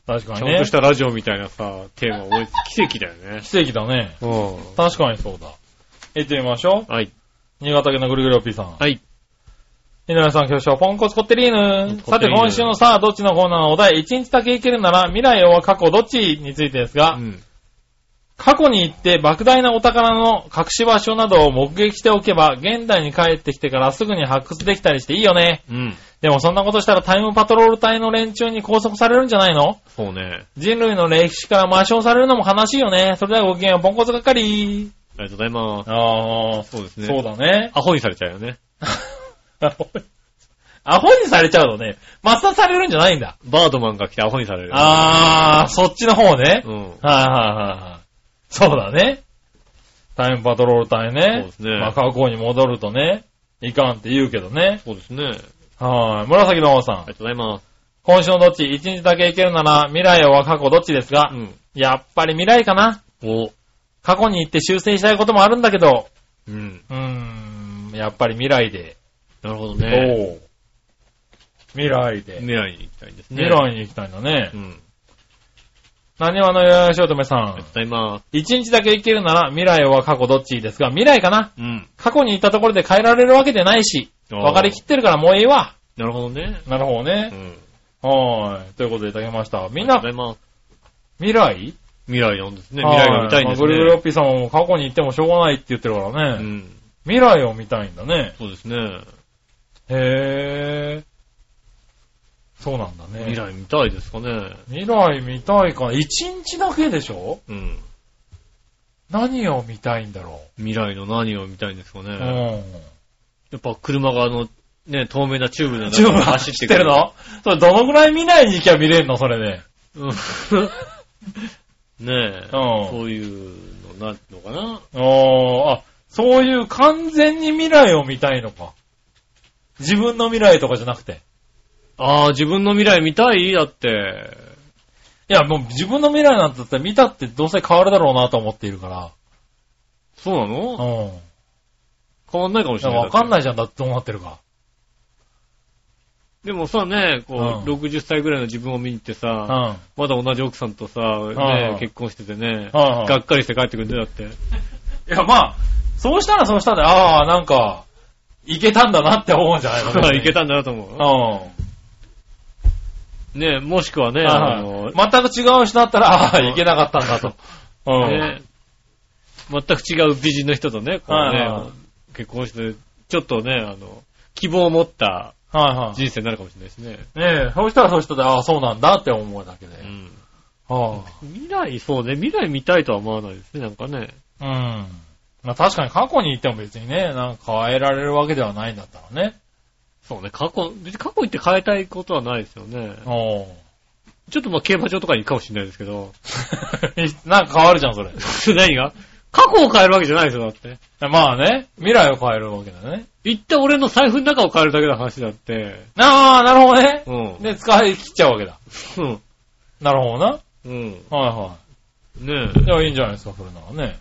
確か
ち
に
ゃん
ね
とし。たラジオみたいなさ、テーマを思いつ奇跡だよね。
奇跡だね。
う
確かにそうだ。行ってみましょ
ん。はい。
う。新潟県のぐるぐるおっぴーさん。
はい。
井上さん、挙手はポンコツコッテリーヌ。
ポンコツコッテ
さて、
リーヌ
今週のさあ、どっちのコーナーのお題、一日だけ行けるなら、未来は過去どっちについてですが、
うん。
過去に行って莫大なお宝の隠し場所などを目撃しておけば、現代に帰ってきてからすぐに発掘できたりしていいよね。
うん。
でもそんなことしたらタイムパトロール隊の連中に拘束されるんじゃないの
そうね。
人類の歴史から抹消されるのも悲しいよね。それではご機嫌をポンコツ係。
ありがとうございます。
ああ、
そうですね。
そうだね。
アホにされちゃうよね。
アホにアホにされちゃうとね、抹殺されるんじゃないんだ。
バードマンが来てアホにされる。
ああ、そっちの方ね。
うん。そう
はいはいはいはい。そうだね。タイムパトロール隊
そ
ね。
うですね
まあ、過去に戻るとね、いかんって言うけどね。
ですね。あり
はい。紫の王さん
が。とうございます。
今週のどっち、一日だけ行けるなら、未来は過去どっちですが、
うん。
やっぱり未来かな。
お、
過去に行って修正したいこともあるんだけど、
うん。
うーん、やっぱり未来で。
なるほどね。
おう未来で、
未来に行きたいですね。
未来に行きたいんだね
う。ん。
何話のよよしおとめさ
ありがと
ん
う。ございます。
一日だけ行けるなら、未来は過去どっちですが、未来かな。
うん。
過去に行ったところで変えられるわけでないし、
あー
分かりきってるからもういいわ。
なるほどね。
なるほど
う
ね。
ん。
はーい。ということでいただきました。みん
あ
な
りがとうござ、います。
未来
未来なんですね。未来が見たいんですね。
はいまあグルグルオッピーさんも過去に行ってもしょうがないって言ってるから
う
ね。
ん。
未来を見たいんだね。
そうですね。
へー。そうなんだね。
未。来見たいですかね。
未来見たいかな。一日だけでしょ
うん。
何を見たいんだろ
未来の何を見たいんですか
う。
ね。
うん。
やっぱ車があの、ね、透明なチューブの
十
中
分
を
走
走ってて
っく
く
る
る
のそれどのぐらい未来に行きゃ見れるのそれで。
うん ねえ。
うん。
そういうの、なんのかな
おーあ、そういう完全に未来を見たいのか。自分の未来とかじゃなくて。
ああ、自分の未来見たいだって。
いや、もう自分の未来なんてだったら見たってどうせ変わるだろうなと思っているから。
そうなの
うん。
変わんないかもし
だ
れな
から
い。。
わかんないいじゃん、だってどうなってるか。
でもさ、ね、こう、
う
60歳ぐらいの自分を見に行って
うん。
さ、
はい
まだ同じ奥さんとさ、
う
ね
ん、
結婚しててね、
はい
がっかりして帰ってくるんだよだって。
いや、まあ、そうしたらそうしたで、ああ、なんか、いけたんだなって思うんじゃない の
いけ
た。
たんだなと
う
思
ん。
う。ね、もしくはね、あの、
全く違う人だったら、ああ、いけなかったんだと。うん。
ね、全く違う美人の人とね、こう
はい
ね
はいは、
結婚して、ちょっとね、あの、希望を持った
はいはい。
人生になるかもしれないですね。
ねえ、そうしたらそうしたで、ああ、そうなんだって思うだけで。
うん
は
未来、そうね、未来見たいとは思わないですね、なんかね。
あ、うん。まあ確かに過去に行っても別にね、なんか変えられるわけではないんだったらね。
そうね、過去、別に過去行って変えたいことはないですよね。
お
ちょっとまあ競馬場とかに行くかもしれないですけど、
ー なんか変わるじゃん、それ。
何が過去を変えるわけじゃないですよ、だって。
まあね、未来を変えるわけだね。
行った俺の財布の中を変えるだけの話だって。
ああ、なるほどね
う。ん。
で、使い切っちゃうわけだ。
うん。
なるほどな。は
うん。
いは
ね
い。い
え。
や、いいんじゃないですか、それならね。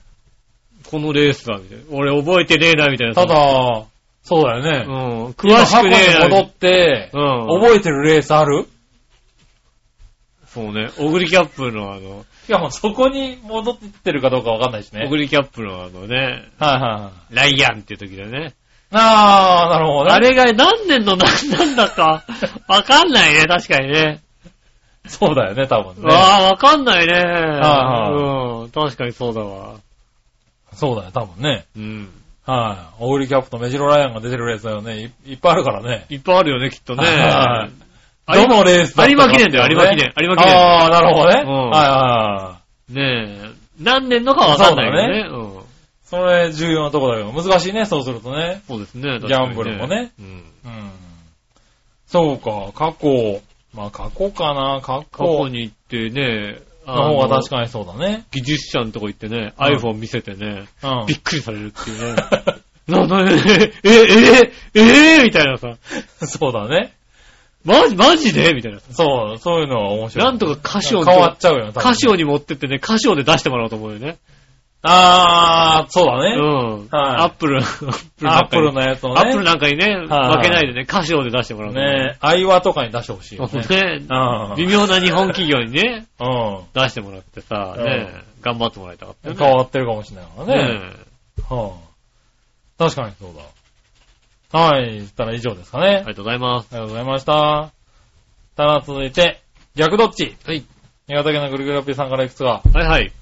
このレースだ、みたいな。俺覚えてねえな、みたいな。
た、だ、そうだよ
う
ね。
ん。詳しくねえ
今過去
な。
に戻って、
うん。
覚えてるレースある
そうね。オグリキャップのあの、
いや、もうそこに戻ってるかどうかわかんないしね。
オグリキャップのあのね、
はいはいはい。
ライアンっていう時だね。
ああ、なるほどね。
あれが何年の何なんだか、わかんないね、確かにね。
そうだよね、多分ね。
ああ、わかんないね。
は
うん。確かにそうだわ。
そうだよ、多分ね。
うん。
はい。オーリーキャップとメジロライアンが出てるレースだよね。いいっぱいあるからね。
いっぱいあるよね、きっとね。
はい
有
ど
馬
のレースだったかっていう
有馬
のね
記念だよ有馬記念有馬記念
ああ、なるほどね。
うん
はいはいはい。
ねえ。何年のかわかんないけどね。うん。
それ重要なとこだけど、難しいね、そうするとね。
そうですね。
ギャンブルもね
確かに。うん。
うん。そうか、過去。まあ過去かな、過
過去
去
に行ってね、
の方が確
に。
かにそうだね。
技術者のとこ行ってね、
うん
iPhone 見せてね、
うん
び。っくりされるっていうね。な、な、え、え、え、え、えみたいなさ。
そうだね。
マジ、マジでみたいなさ。
そう、そういうのは面白い。
なんとかカシオに
変わっちゃうよね、多分
カシオに持ってってね、カシオで出してもらおうと思うよね。
ああ、そうだ
う
ね。
ん。アップル、アップルなん
アッ
か
プ
に
ルのやつをね。
アップルなんかにね、
はい
負けないでね、カシオで出してもらう
ねえ、アイワとかに出してほしいよ
そう
ね。
ね。
うん
微妙な日本企業にね、
うん。
出してもらってさ、
うん
ねえ、頑張ってもらいたかったよ
変
ね。
わってるかもしれないからね。
ね
はあ、確かにそうだ。はい、言ったら以上ですかね。
えありがとうございます。
ありがとうございました。ただ続いて、逆どっち
はい。
新潟県のぐるぐるピーさんからいくつか。
はいはい。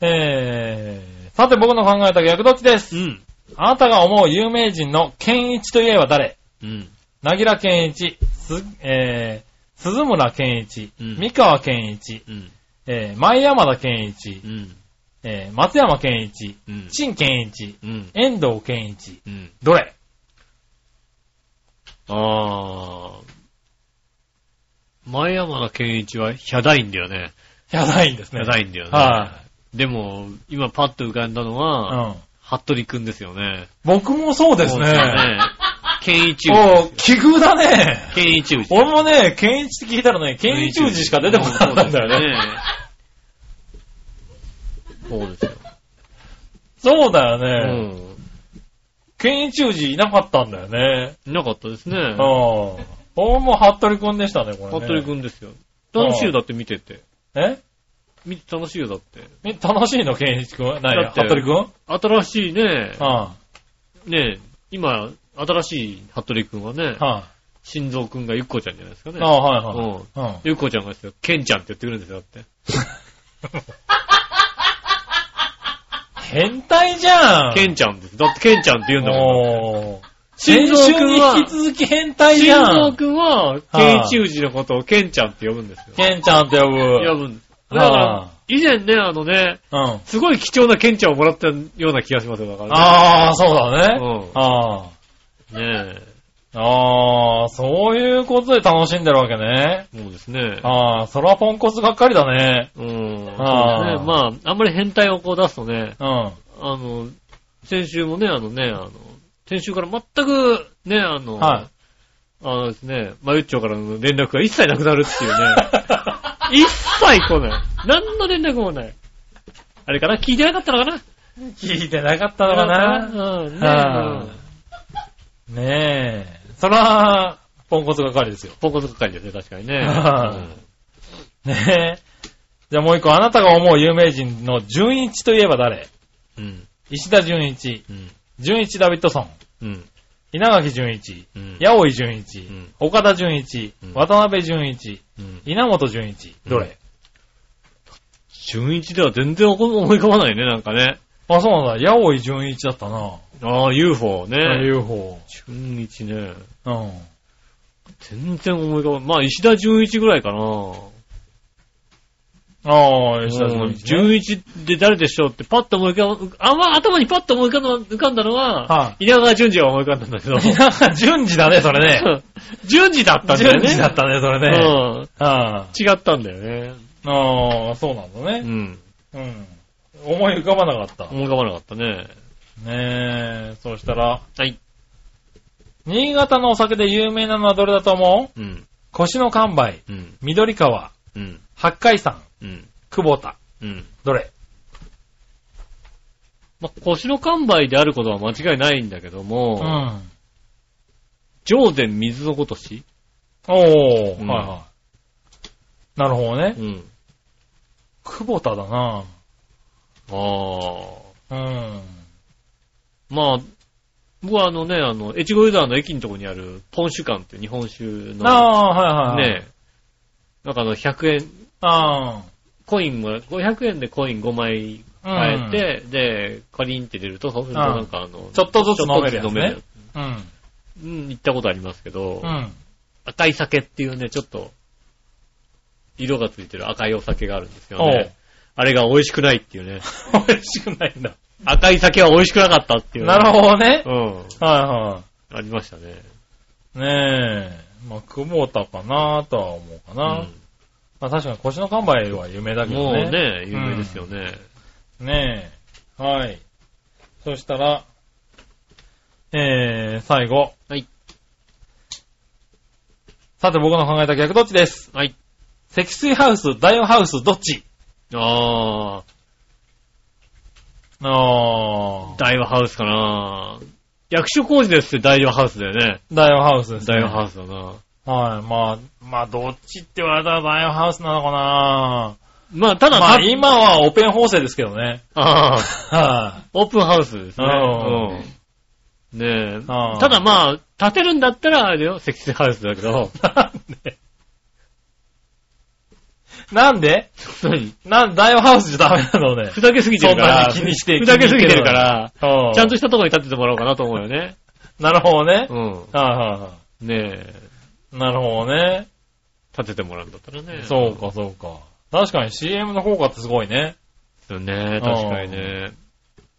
えー、さて僕の考えた逆どっちです。
うん。
あなたが思う有名人の健一といえば誰
うん。
なぎら健一、す、えー、鈴村健一、
うん
三河健一、
うん。
えー、前山田健一
う、ん。
えー、松山健一、
うん。
陳健一、
うん。
遠藤健一、
うん。
どれ
あー。前山田健一は、ヒャダインだよね。
やばいんです
ヒ
ね。
ャダインだよね。
は
でも、今パッと浮かんだの
い。
は、
うん。
服部くんですよね。
僕もそうです
そう
ね。
ね。健一宇
おう、奇遇だね。
治。健一宇治。
俺もね、ケンイチって聞いたらね、ケンイチウジしか出てこなかったんだよね。
そうですよね。
そうだよ
そうです
ね。
よ。
ケンイチウジいなかったんだよね。
うん。いなかったですね
う。ん。俺も服部くんでしたね、これ、ね。
服部くんですよ。楽しいよだって見てて。
え
見て楽しいよだって。
み楽しいの、ケンイチくん何
だって
服部く
新
ん
しいね、
は
ね、今、新しい服部くんはね
い、は
心臓くんがゆっこちゃんじゃないですか
い
ね。
ああ、はいはい。
うん。
うん
ゆっこちゃんがですよ、ケンちゃんって言ってくるんですよ、だって。
変態じゃん。
ケンちゃんです。だってケンちゃんって言うんだもん。
おー。
心
先
臓
週
くん
に
は
引き続き変態じ
心
ゃ
臓
ん。
くんは、ケンイチウジのことをケンちゃんって呼ぶんですよ。
ケンちゃんって呼ぶ。
呼ぶんです。だから
は、
以前ね、あのね、
うん。
すごい貴重なケンちゃんをもらったような気がしますよ、だからね。
ああ、そうだね。
う
ああ。
ん。ねえ。
ああ、そういうことで楽しんでるわけね。
そうですね。
ああ、そらポンコツがっかりだね。
うん。そうですね。
あー
まあ、あんまり変態をこう出すとね、
うん。
あの、先週もね、あのね、あの、先週から全く、ね、あの、
はい。
あのですね、マユッチョからの連絡が一切なくなるっていうね。 一切来ない。何の連絡もない。あれかな聞いてなかったのかな
聞いてなかったのかな。
うん、ねえ
は
うん
ねえ。そら、ポンコツがっかりですよ。
ポンコツ係ですね、確かにね。
はい
うん
ねえ。じゃあもう一個、あなたが思う有名人の純一といえば誰
うん。
石田純一、
うん。
純一ダビッドソン、
うん。
稲垣純一、
うん。
八尾井純一、
ん
岡田純一、
うん
渡辺純一、
うん。
稲本純一、どれ、
純一では全然思い浮かばないね、なんかね。
あ、そうなんだ。八尾井純一だったな。
ああ、UFO ね。
UFO。
純一ね。
うん。
全然思い浮かばない。まあ、石田純一ぐらいかな。
ああ、
うん
吉田純一、ね。
純一で誰でしょうってパッと思い浮かば、あんま頭にパッと思い浮かんだ浮かんだのは、
は
稲川淳二は思い浮かんだんだけど。
稲垣純次だね、それね。
順次だったんだよ
純
ね。
次だったね、それね。
うん。
あ
違ったんだよね。
あああ、そうなんだ
う
ね。
ん。
うん。思い浮かばなかった。
思い浮かばなかったね。
ねえ、そうしたら、
はい。
新潟のお酒で有名なのはどれだと思う
うん。
腰の完売、
うん。
緑川、
うん。
八海山、
うん。
久保田。
うん。
どれ
まあ、腰の完売であることは間違いないんだけど
う
も、
ん。
上善水のことし
おー、
うん
はいはい。なるほどね
う。ん。
久保田だな
ああ。
うん。
まあ、僕はあのね、あの、越後湯沢の駅のとこにある、ポン酒館って日本酒
あ
の、
あ、はいはいはい。
ね、なんかあの、100円、
あ
コインも、500円でコイン5枚変
あ。
え、て、で、カリンって出ると、そうするとなんかあの、
ちょっとずつ飲める
ちょっとずつ
やつ
飲め
ね
る。。
うん。
うん、行ったことありますけど、
うん。
赤い酒っていうね、ちょっと、色がついてる赤いお酒があるんですよね。あれが美味しくないっていうね。
おう 美味しくないんだ。
赤い酒は美味しくなかったっていう、
なるほどね。
ど。うん。
は
ありましたね。
いはい。ねえ。まあ、久保田かなとは思うかな。まあ、確かに腰の完売は有名だ
うん
け
も
ど
う
ね。
ね、有名ですよね。
ねえ。はい。そしたら、えー、最後。
はい。
さて僕の考えた逆どっちです
はい。
積水ハウス、ダイオハウス、どっち
あー、
あー。
ダイワハウスかな役所工事ですってダイワハウスだよね。
ダイオハウスです、ね。
ダイワハウスだな。
はい。まあ、まあ、どっちって言われたらダイオハウスなのかな
まあ、ただ、
まあ、
た
今はオペン法制ですけどね。
あー
は
オープンハウスですね。
うん
うんねえ。
ああ
ただまあ、建てるんだったら、あれだよ、積水ハウスだけど。
い なんでなんで
何
なん、ダイオハウスじゃダメなのね。
ふざけすぎてるから。
そんなに気にして
ふざけすぎてるから、
う
ちゃんとしたところに建ててもらおうかなと思うよね。
なるほどね。
う
はいはいは
ん。ねえ、
い。なるほどね。
建ててもらうんだったらね。
そうか、そうか。確かに CM の効果ってすごいね。
う。ね確かにね。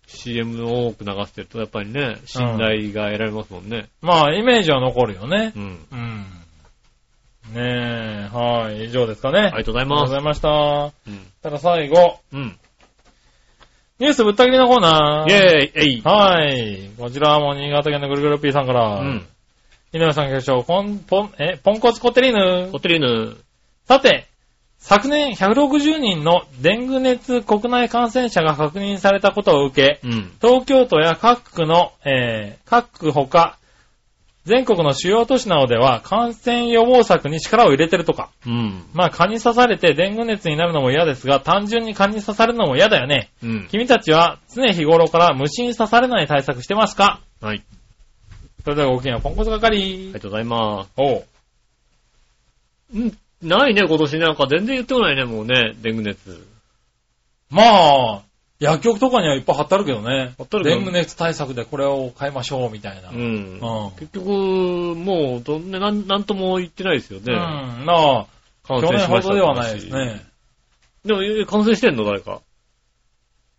CM を多く流してると、やっぱりね、信頼が得られますもんね。
まあ、イメージは残るよね
う。ん。
うん。ねえ、はい、以上ですかね。
ありがとうござい
ありがとう
ま
ござ
す。
いました。
うん。
ただ最後、
うん。
ニュースぶった切りのコーナ
イ
ー。
ェーイえい
はい。こちらも新潟県のぐるぐる P さんから、
うん。
井上さん局長、ポン、ポン、え、ポンコツコテリーヌ
コ。テリーヌ、
さて、昨年160人のデング熱国内感染者が確認されたことを受け、
うん。
東京都や各区の、えー各区ほか、全国の主要都市などでは感染予防策に力を入れてるとか。
うん。
まあ、蚊に刺されてデング熱になるのも嫌ですが、単純に蚊に刺されるのも嫌だよね。
うん。
君たちは常日頃から虫に刺されない対策してますか
はい。
それではごきげんよう、ポンコツ
あ
係
り。がとうございます。
おう。
うん。ないね、今年なんか全然言ってこないね、もうね、デング熱。
まあ、薬局とかにはいっぱい貼ってあるけどね。
貼ってあるけど
デング熱対策でこれを買いましょう、みたいな。
う
うん。
ん。
うん
結局、もう、どんね、なん、なんとも言ってないですよね。
まあ、
感
去
染
年
し
ほ
ました
ど
って話
ではないですね。。
でも、え感染してんの誰か。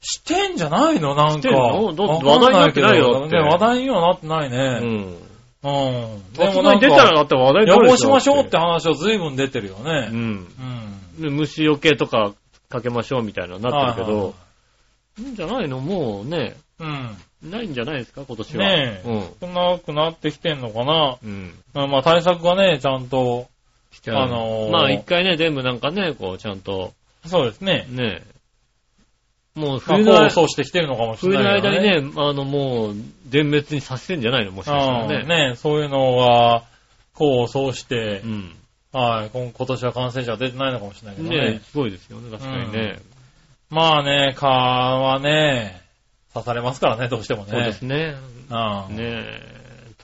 してんじゃないのなんか。
してんのど
わかんけど
話題になってないよだって
ね話題にはなってないうね。
ん。
う
で
ん。で
も
も
な
なんん
出たら
か、
だって話題に
予
なる
防
で
し
ょ
ましょうって。話は随分出てるよ
う
ね。
ん。
うん。
で虫除けとかかけましょうみたいなのになってるけ
はいはい
ど、いいんじゃないのもうね、
うん。
ないんじゃないですか今年は。
ね少なくなってきてんのかな。
うん。うん。
うんまあ対策がね、ちゃんと。
じゃあ
あのー
まあ一回ね、全部なんかね、こうちゃんと、
そうですね。
ね、もう
まあ、
冬の,、
構想してきてるのかもし
冬
れ
の
ないけ
間
ど
にね、あのもう、全滅にさせてんじゃないのもしかしたら
うん
ね。
ねそういうのは、構想して
う、ん。
はい、今今年は感染者は出てないのかもしれないけどね。
ねすごいですよね、確かにね。
まあね、蚊はね、刺されますからね、どうしてもね。
そうですね。
うん
ね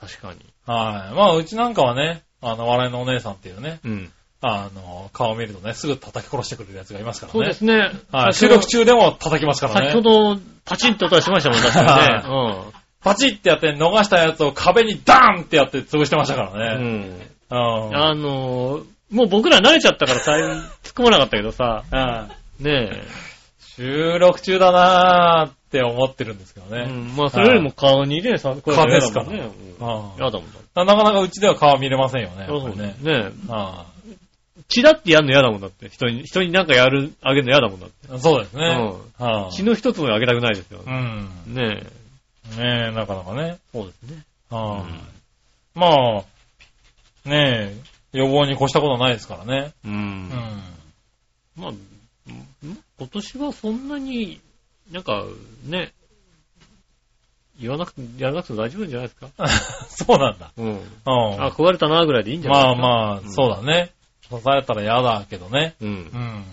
確かに。
はい。まあ、うちなんかはね、あの、笑いのお姉さんっていうね、
うん。
あの、顔を見るとね、すぐ叩き殺してくれるやつがいますからね。
そうですね。
はい。
先ほ
収
ど
録中でも叩きますからね。
先ほど、パチンと音はしましたもんね、確か にね。
パチってやって逃したやつを壁にダーンってやって潰してましたから
うん。
ね。うん。
うん。
うん
あのー、もう僕ら慣れちゃったからさ、 突っ込まなかったけどさ、ね
収録中だなーって思ってるんですけど
え。う
ね。
ん。まあ、それよりも顔にね、さ、これ
顔ですから
ね。う
う
ん
ん。
嫌だもんだ。
なかなかうちでは顔見れませんよね。
そう
やっぱりね
ね。ねえ。
あ
チラってやるの嫌だもんだって。人に、人になんかやる、あげるの嫌だもんだって。
あそうですね。ああ
血の一つもあげたくないですよ
う。ん。
ねえ。
ねえ、なかなかね。
そうですね。
ああ
うん
まあ、ねえ、予防に越したことはないですからね。
う。
うんん。
まあ、ん今年はそんなに、なんか、ね、言わなくて、やらなくても大丈夫じゃないですか。
そうなんだ。
うん。
うん。
あ、壊れたな、ぐらいでいいんじゃない
ま
で
あ
すか。
まあ、
うん
そうだね。刺されたら嫌だけどね。
あ。う。
うんん。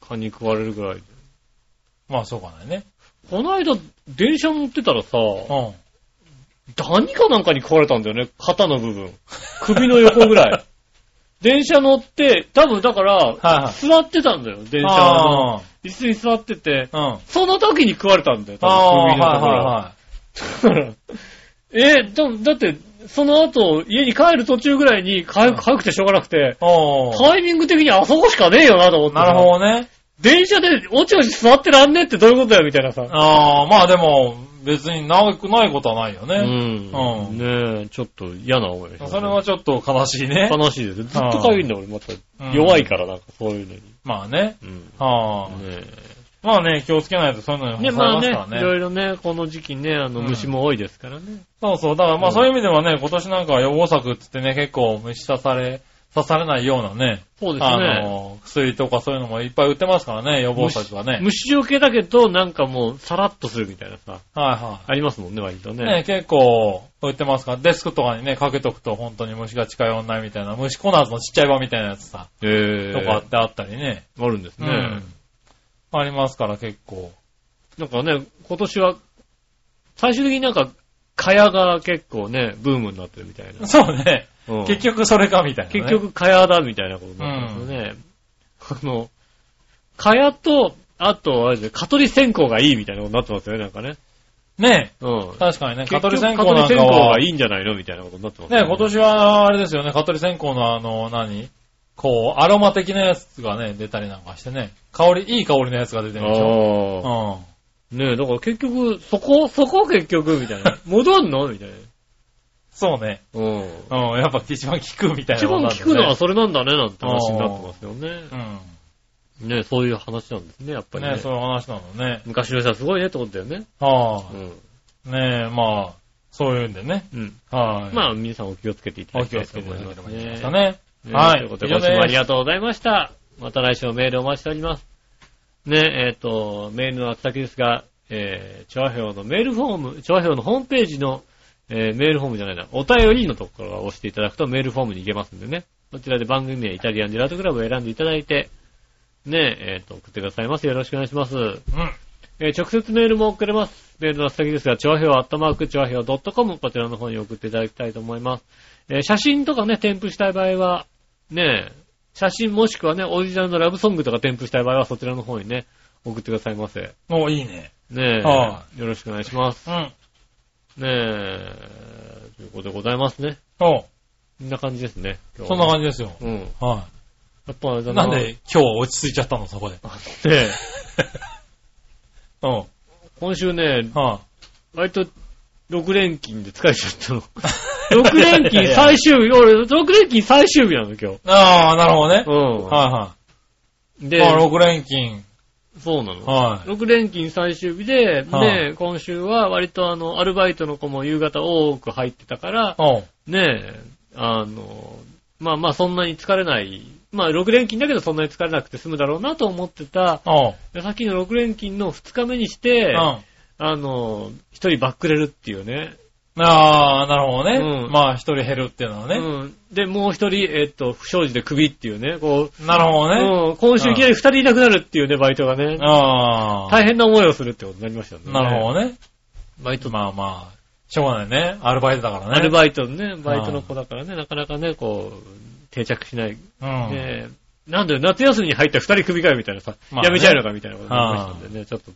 蚊に食われるぐらいで。
まあ、しょうがないね。
この間、電車乗ってたらさ、
うん。
ダニかなんかに食われたんだよね。肩の部分。首の横ぐらい。電車乗って、多分だから、
はい。
座ってたんだよ、電車の。
あ
椅子に座ってて、
あ、うん。
その時に食われたんだよ、
ああ、は
多分
い
首のところ。
は
え、でも、だって、その後、家に帰る途中ぐらいに、かゆ
うん
かゆくてしょうがなくて、
いはい。おー。
タイミング的にあそこしかねえよなと思ってさ。
なるほどね。
電車でおちおち座ってらんねえってどういうことだよ、みたいなさ。
ああ、まあでも、別に長くないことはないよ
う
ね。
ん。
うん
ねえ、ちょっと嫌な思いをしまし
そ
た
れはちょっと悲しいね。
悲しいですよ。ずっとかゆいんだ、俺、また。
うん
弱いから、なんか、そういうのに。
まあね。
うん。
はあ。
ね
まあね、気をつけないとそういうの
え。
に
ね、
刺され
まあ
ます
ね
から、ね。
いろいろね、この時期ね、あの、
うん
虫も多いですからね。
そうそう。だから
う
まあ
ん
そういう意味ではね、今年なんかは予防策ってってね、結構虫刺され、刺されないようなね、
そうです
あ
ね。
の、薬とかそういうのもいっぱい売ってますからね、予防策はね。
虫除けだけど、なんかもう、さらっとするみたいなさ、
はいは
ありますもんね、割と
い。
ね。
ね、結構売ってますから、デスクとかにね、かけとくと本当に虫が近寄んないみたいな、虫コナーズのちっちゃい版みたいなやつさ、
ええ
とかってあったりね。
あるんです
う
ね。
ん。ありますから結構。
なんかね、今年は、最終的になんか、蚊帳が結構ね、ブームになってるみたいな。
そうね。
うん
結局それかみたいなね。
結。局、蚊帳だみたいなことになってますよね。あの、蚊帳と、あと、あれですね、蚊取り線香がいいみたいなことになってますよね、なんかね。
ね。
うん。
確かにね、
結
蚊
局
取り線香なん
蚊取
か
り線香
は
がい、いんじゃないのみたいなことになってます
ね、今年は、あれですよね、蚊取り線香のあの、何こう、アロマ的なやつがね、出たりなんかしてね、香り、いい香りのやつが出てるでしょ。
ああ。
うん。
ねえ、だから結局、そこ、そこ結局、みたいな。戻んのみたいな。
そうね。
うん。
うん、やっぱ一番効くみたいな
一番
のなん
聞
でね、
くのはそれなんだね、なんて話になってますよね。ねそういう話なんですね、やっ
う
ぱ
ん。
りね。
ね、そういう話なのね。
昔の人はすごいねってことだよね。
は
うん。
あ、ねえ、まあ、そういうんでね。
うん。
はい。
まあ、皆さんお気をつけていた
お
だき
気
た
を
い
つ
と
けてい
思い
ただ
ま
け
す
ればいいんじゃないです
ねね
か。ね。はい。
ということ
以
で、
上
今週もあり
です
がとうございました。また来週もメールお待ちしております。ね、えっ、と、メールの宛先ですが、えー、調和表のメールフォーム、調和表のホームページの、えー、メールフォームじゃないな、お便りのところを押していただくとメールフォームに行けますんでね。そちらで番組名イタリアンジェラートクラブを選んでいただいて、ね、えっ、と、送ってくださいます。よろしくお願いします。
うん。
えー直接メールも送れます。メールの先ですが、調和表アットマーク、調和表 .com、こちらの方に送っていただきたいと思います。えー写真とかね、添付したい場合は、ねえ、写真もしくはね、オリジナルのラブソングとか添付したい場合は、そちらの方にね、送ってくださいませ。
おいいね。
ねえ、
は
よろしくお願いします。
うん。
ねえ、ということでございますね。
そ
こんな感じですね。
う。そんな
感
感じですよ。
じ。うん。や
は
っぱあれ
い。
だ
なんで今日は落ち着いちゃったの、そこで。
あって、
うん。
今週ね、
は
割と6連勤で疲れちゃ ったの。6連勤最終日、俺、6連勤最終日なの、今日。
い。ああ、なるほどね。
う
は
ん。
い
で
はい。、あ6連勤。
そうなの。
はい。
6連勤最終日で、
は
ね、今週は割とあの、アルバイトの子も夕方多く入ってたから、
おう。
ね、あの、まあまあそんなに疲れない。まあ6連勤だけどそんなに疲れなくて済むだろうなと思ってた、
おう。
さっきの6連勤の2日目にして、
うん。
あの、1人バックれるっていうね。
ああ、なるほどね。
うん
まあ、一人減るっていうのはね。
うん。で、もう一人、えっと、不祥事でクビっていうね、こ
なるほ
う、
どね。
うん、今週いきなり二人いなくなるっていうね、バイトがね、
ああ。
大変な思いをするってことになりましたね。
なるほどね。
バイト、
まあまあ、しょうがないね。アルバイトだからね。
アルバイトのね、バイトの子だからね、なかなかね、こう、定着しない。
うん。
ねなんだよ、夏休みに入ったら二人クビかよみたいなさ、
まあね
やめちゃうのかみたいなことになりましたんでね、ちょっと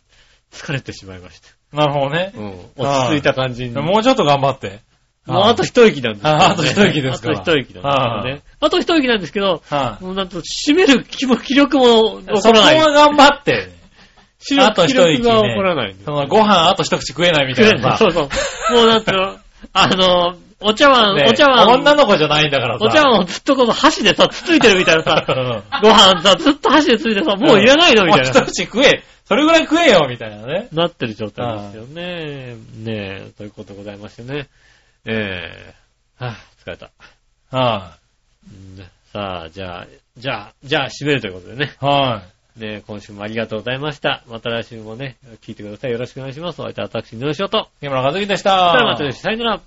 疲れてしまいました。
なるほどね
う。ん。落ち着いた感じに。
もうちょっと頑張って。
もうあと一息なんですよね
ああと一息ですか
あ
ら
と一息なんですよね。あと一息なんですけど、
はい。
もうなんと、締める気も気力も起こ
そこ
らない。
は頑張って。
気力
あと一息ね
気力が起こらないんです
そのご飯あと一口食えないみたいなさ。
そうそう。もうなんと、あの、お茶碗、
ね
お茶碗、
女の子じゃないんだからさ。
お茶碗をずっとこの箸でさ、つついてるみたいなさ、
うん
ご飯さ、ずっと箸でついてさ、もういらないのみたい
もう
な
一。口食え。それぐらい食えよ、みたいなね。
なってる状態ですよね。ねえ、ということでございましてね。ええはぁ、疲れた。
は
うんさあ、じゃあ、じゃあ、じゃあ、締めるということでね。
い。は
ねえ、今週もありがとうございました。また来週もね、聞いてください。よろしくお願いします。お相手は私、井上翔と。
い。木村和樹でし
そ
た。
れではまた来週、さよなら。